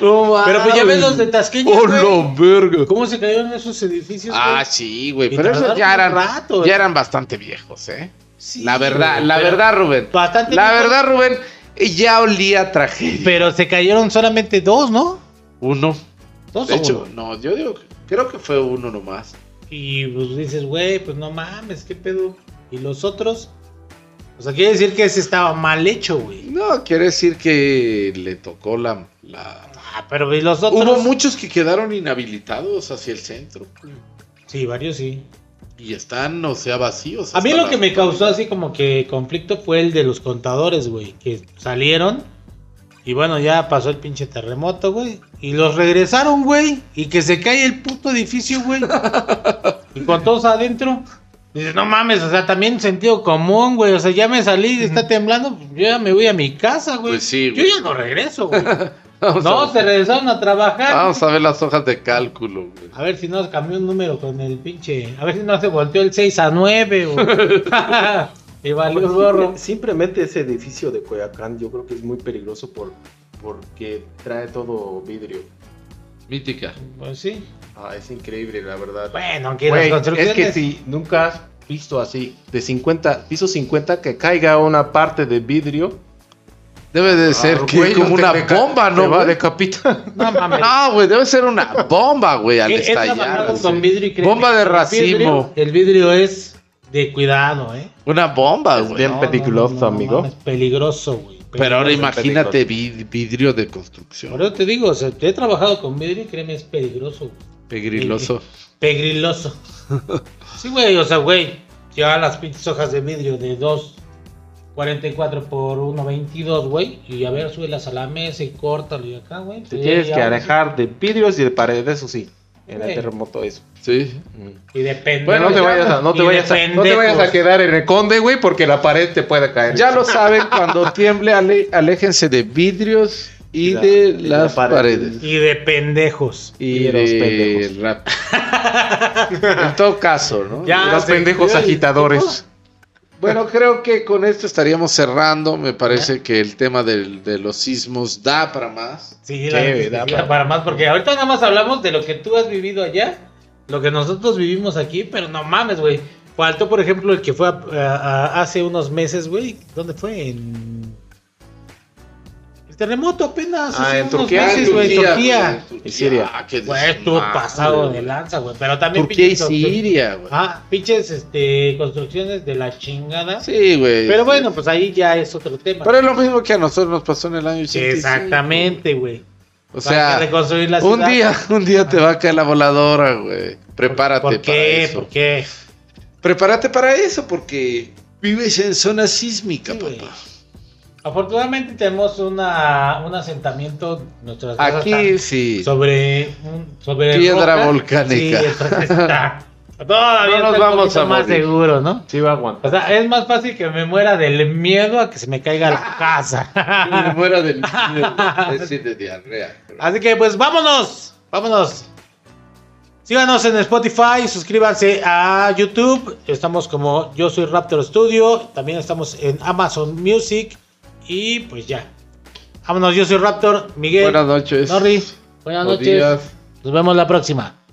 Speaker 2: no,
Speaker 1: Pero pues ya ves los de Tasqueña,
Speaker 2: ¡Oh,
Speaker 1: güey.
Speaker 2: la verga!
Speaker 1: ¿Cómo se cayeron esos edificios?
Speaker 2: Ah,
Speaker 1: güey?
Speaker 2: sí, güey.
Speaker 1: Y
Speaker 2: Pero esos
Speaker 1: tardaron
Speaker 2: ya
Speaker 1: un
Speaker 2: eran,
Speaker 1: rato,
Speaker 2: ya
Speaker 1: eh.
Speaker 2: eran bastante viejos, ¿eh?
Speaker 1: Sí,
Speaker 2: la verdad,
Speaker 1: güey,
Speaker 2: la
Speaker 1: pero-
Speaker 2: verdad, Rubén.
Speaker 1: Bastante
Speaker 2: La
Speaker 1: tiempo-
Speaker 2: verdad, Rubén, ya olía a tragedia.
Speaker 1: Pero se cayeron solamente dos, ¿no?
Speaker 2: Uno.
Speaker 1: Dos
Speaker 2: De
Speaker 1: o
Speaker 2: hecho,
Speaker 1: uno.
Speaker 2: no, yo digo, que- creo que fue uno nomás.
Speaker 1: Y pues dices, güey, pues no mames, qué pedo. Y los otros. O sea, quiere decir que ese estaba mal hecho, güey.
Speaker 2: No, quiere decir que le tocó la... la-
Speaker 1: Ah, pero y los otros.
Speaker 2: Hubo muchos que quedaron inhabilitados hacia el centro.
Speaker 1: Sí, varios sí.
Speaker 2: Y están, o sea, vacíos.
Speaker 1: A mí
Speaker 2: hasta
Speaker 1: lo
Speaker 2: la-
Speaker 1: que me causó así como que conflicto fue el de los contadores, güey, que salieron y bueno, ya pasó el pinche terremoto, güey, y los regresaron, güey, y que se cae el puto edificio, güey. y con todos adentro. Dices, no mames, o sea, también sentido común, güey, o sea, ya me salí, está temblando, pues, yo ya me voy a mi casa, güey.
Speaker 2: Pues sí,
Speaker 1: Yo
Speaker 2: güey.
Speaker 1: ya no regreso, güey.
Speaker 2: Vamos
Speaker 1: No,
Speaker 2: a-
Speaker 1: se regresaron a trabajar.
Speaker 2: Vamos a ver las hojas de cálculo, güey.
Speaker 1: A ver si no cambió un número con el pinche. A ver si no se volteó el 6 a 9. o- y
Speaker 2: Pues
Speaker 1: valió gorro.
Speaker 3: Simple- Simplemente ese edificio de Coyacán yo creo que es muy peligroso por, porque trae todo vidrio.
Speaker 2: Mítica.
Speaker 1: Pues sí.
Speaker 3: Ah, es increíble, la verdad.
Speaker 1: Bueno, aunque
Speaker 3: Güey,
Speaker 1: las construcciones.
Speaker 3: es que si nunca has visto así, de 50, piso 50, que caiga una parte de vidrio,
Speaker 2: Debe de ser
Speaker 3: ah,
Speaker 2: que
Speaker 3: güey,
Speaker 2: como
Speaker 3: te
Speaker 2: una
Speaker 3: deca-
Speaker 2: bomba,
Speaker 3: te
Speaker 2: ¿no?
Speaker 3: va
Speaker 2: güey?
Speaker 3: decapitar.
Speaker 1: No mames.
Speaker 2: No, güey, debe ser una bomba, güey, al
Speaker 1: He- he
Speaker 2: estallar.
Speaker 1: trabajado
Speaker 2: güey.
Speaker 1: con vidrio y creo
Speaker 2: Bomba
Speaker 1: que
Speaker 2: de
Speaker 1: el
Speaker 2: racimo.
Speaker 1: vidrio- El vidrio es de cuidado, ¿eh?
Speaker 2: Una bomba,
Speaker 3: Es
Speaker 2: güey.
Speaker 3: bien- peligroso, amigo.
Speaker 1: Es peligroso, güey.
Speaker 2: Pero ahora
Speaker 1: Peligroso.
Speaker 2: imagínate vid- vidrio de construcción.
Speaker 1: Por eso te digo, o sea, te he trabajado con vidrio y créeme, es peligroso. güey.
Speaker 2: Pegriloso.
Speaker 1: Pegriloso. Sí, güey, o sea, güey. Lleva las pinches hojas de vidrio de 2.44 por 1.22, güey. Y a ver, súbelas a la mesa y córtalo y acá, güey.
Speaker 3: Te
Speaker 1: Sí,
Speaker 3: tienes que
Speaker 1: ya,
Speaker 3: alejar de vidrios y de paredes, eso sí. En
Speaker 1: Güey.
Speaker 3: el terremoto, eso.
Speaker 2: Sí.
Speaker 1: Y depende.
Speaker 3: Bueno, no te vayas a, no te vayas a, no te vayas a quedar en el conde, güey, porque la pared te puede caer.
Speaker 2: Ya lo saben, cuando tiemble, ale- aléjense de vidrios y
Speaker 3: Y la-
Speaker 2: de
Speaker 3: y la
Speaker 2: las
Speaker 3: pared.
Speaker 2: paredes.
Speaker 1: Y de pendejos.
Speaker 2: Y,
Speaker 3: Y de los pendejos.
Speaker 2: de rap. en todo caso, ¿no?
Speaker 1: Ya,
Speaker 3: los
Speaker 1: se-
Speaker 3: pendejos agitadores.
Speaker 2: Bueno, creo que con esto estaríamos cerrando. Me parece que el tema del- de los sismos da para más.
Speaker 1: Sí, la-
Speaker 3: Sí, da
Speaker 1: la-
Speaker 3: para-
Speaker 1: para más, porque ahorita nada más hablamos de lo que tú has vivido allá, lo que nosotros vivimos aquí, pero no mames, güey. Faltó, por ejemplo, el que fue a- a- a- hace unos meses, güey. ¿Dónde fue? En... El terremoto apenas.
Speaker 3: Ah,
Speaker 1: hace
Speaker 3: en
Speaker 1: unos
Speaker 3: Turquía,
Speaker 1: meses, güey, en Turquía.
Speaker 2: güey, en
Speaker 3: Y Siria.
Speaker 2: Ah, qué
Speaker 1: Güey, estuvo
Speaker 2: desmadre,
Speaker 1: pasado
Speaker 2: güey.
Speaker 1: de lanza, güey. Pero también
Speaker 2: Turquía y
Speaker 1: pinches constru-
Speaker 2: Siria, güey.
Speaker 1: Ah, pinches este, construcciones de la chingada.
Speaker 2: Sí, güey.
Speaker 1: pero bueno, pues ahí ya es otro tema.
Speaker 2: Pero es lo mismo que a nosotros nos pasó en el año 85.
Speaker 1: Exactamente, güey.
Speaker 2: O
Speaker 1: Hay que
Speaker 2: sea,
Speaker 1: reconstruir la
Speaker 2: un
Speaker 1: ciudad.
Speaker 2: día, un día te va a caer la voladora, güey. Prepárate
Speaker 1: ¿Por
Speaker 2: para
Speaker 1: qué?
Speaker 2: eso.
Speaker 1: ¿Por qué?
Speaker 2: Prepárate para eso porque vives en zona sísmica,
Speaker 1: Sí, güey.
Speaker 2: papá.
Speaker 1: Afortunadamente tenemos una, un asentamiento, nuestras casas
Speaker 2: Aquí
Speaker 1: están
Speaker 2: sí.
Speaker 1: sobre, un- sobre
Speaker 2: Piedra
Speaker 1: roca.
Speaker 2: volcánica.
Speaker 1: Sí, entonces está. Todavía
Speaker 2: No nos
Speaker 1: está un
Speaker 2: vamos
Speaker 1: poquito
Speaker 2: a
Speaker 1: más
Speaker 2: morir.
Speaker 1: seguro, ¿no?
Speaker 3: Sí, va a aguantar.
Speaker 1: O sea, es más fácil que me muera del miedo a que se me caiga la
Speaker 2: Me
Speaker 1: casa.
Speaker 2: muero del miedo. Es decir, de diarrea.
Speaker 1: Así que pues vámonos, vámonos. Síganos en Spotify, suscríbanse a YouTube. Estamos como Yo Soy Raptor Studio. También estamos en Amazon Music. Y pues ya. Vámonos, Yo Soy Raptor. Miguel.
Speaker 2: Buenas noches.
Speaker 1: Norris. Buenas
Speaker 2: Buenos
Speaker 1: noches.
Speaker 2: días.
Speaker 1: Nos vemos la próxima.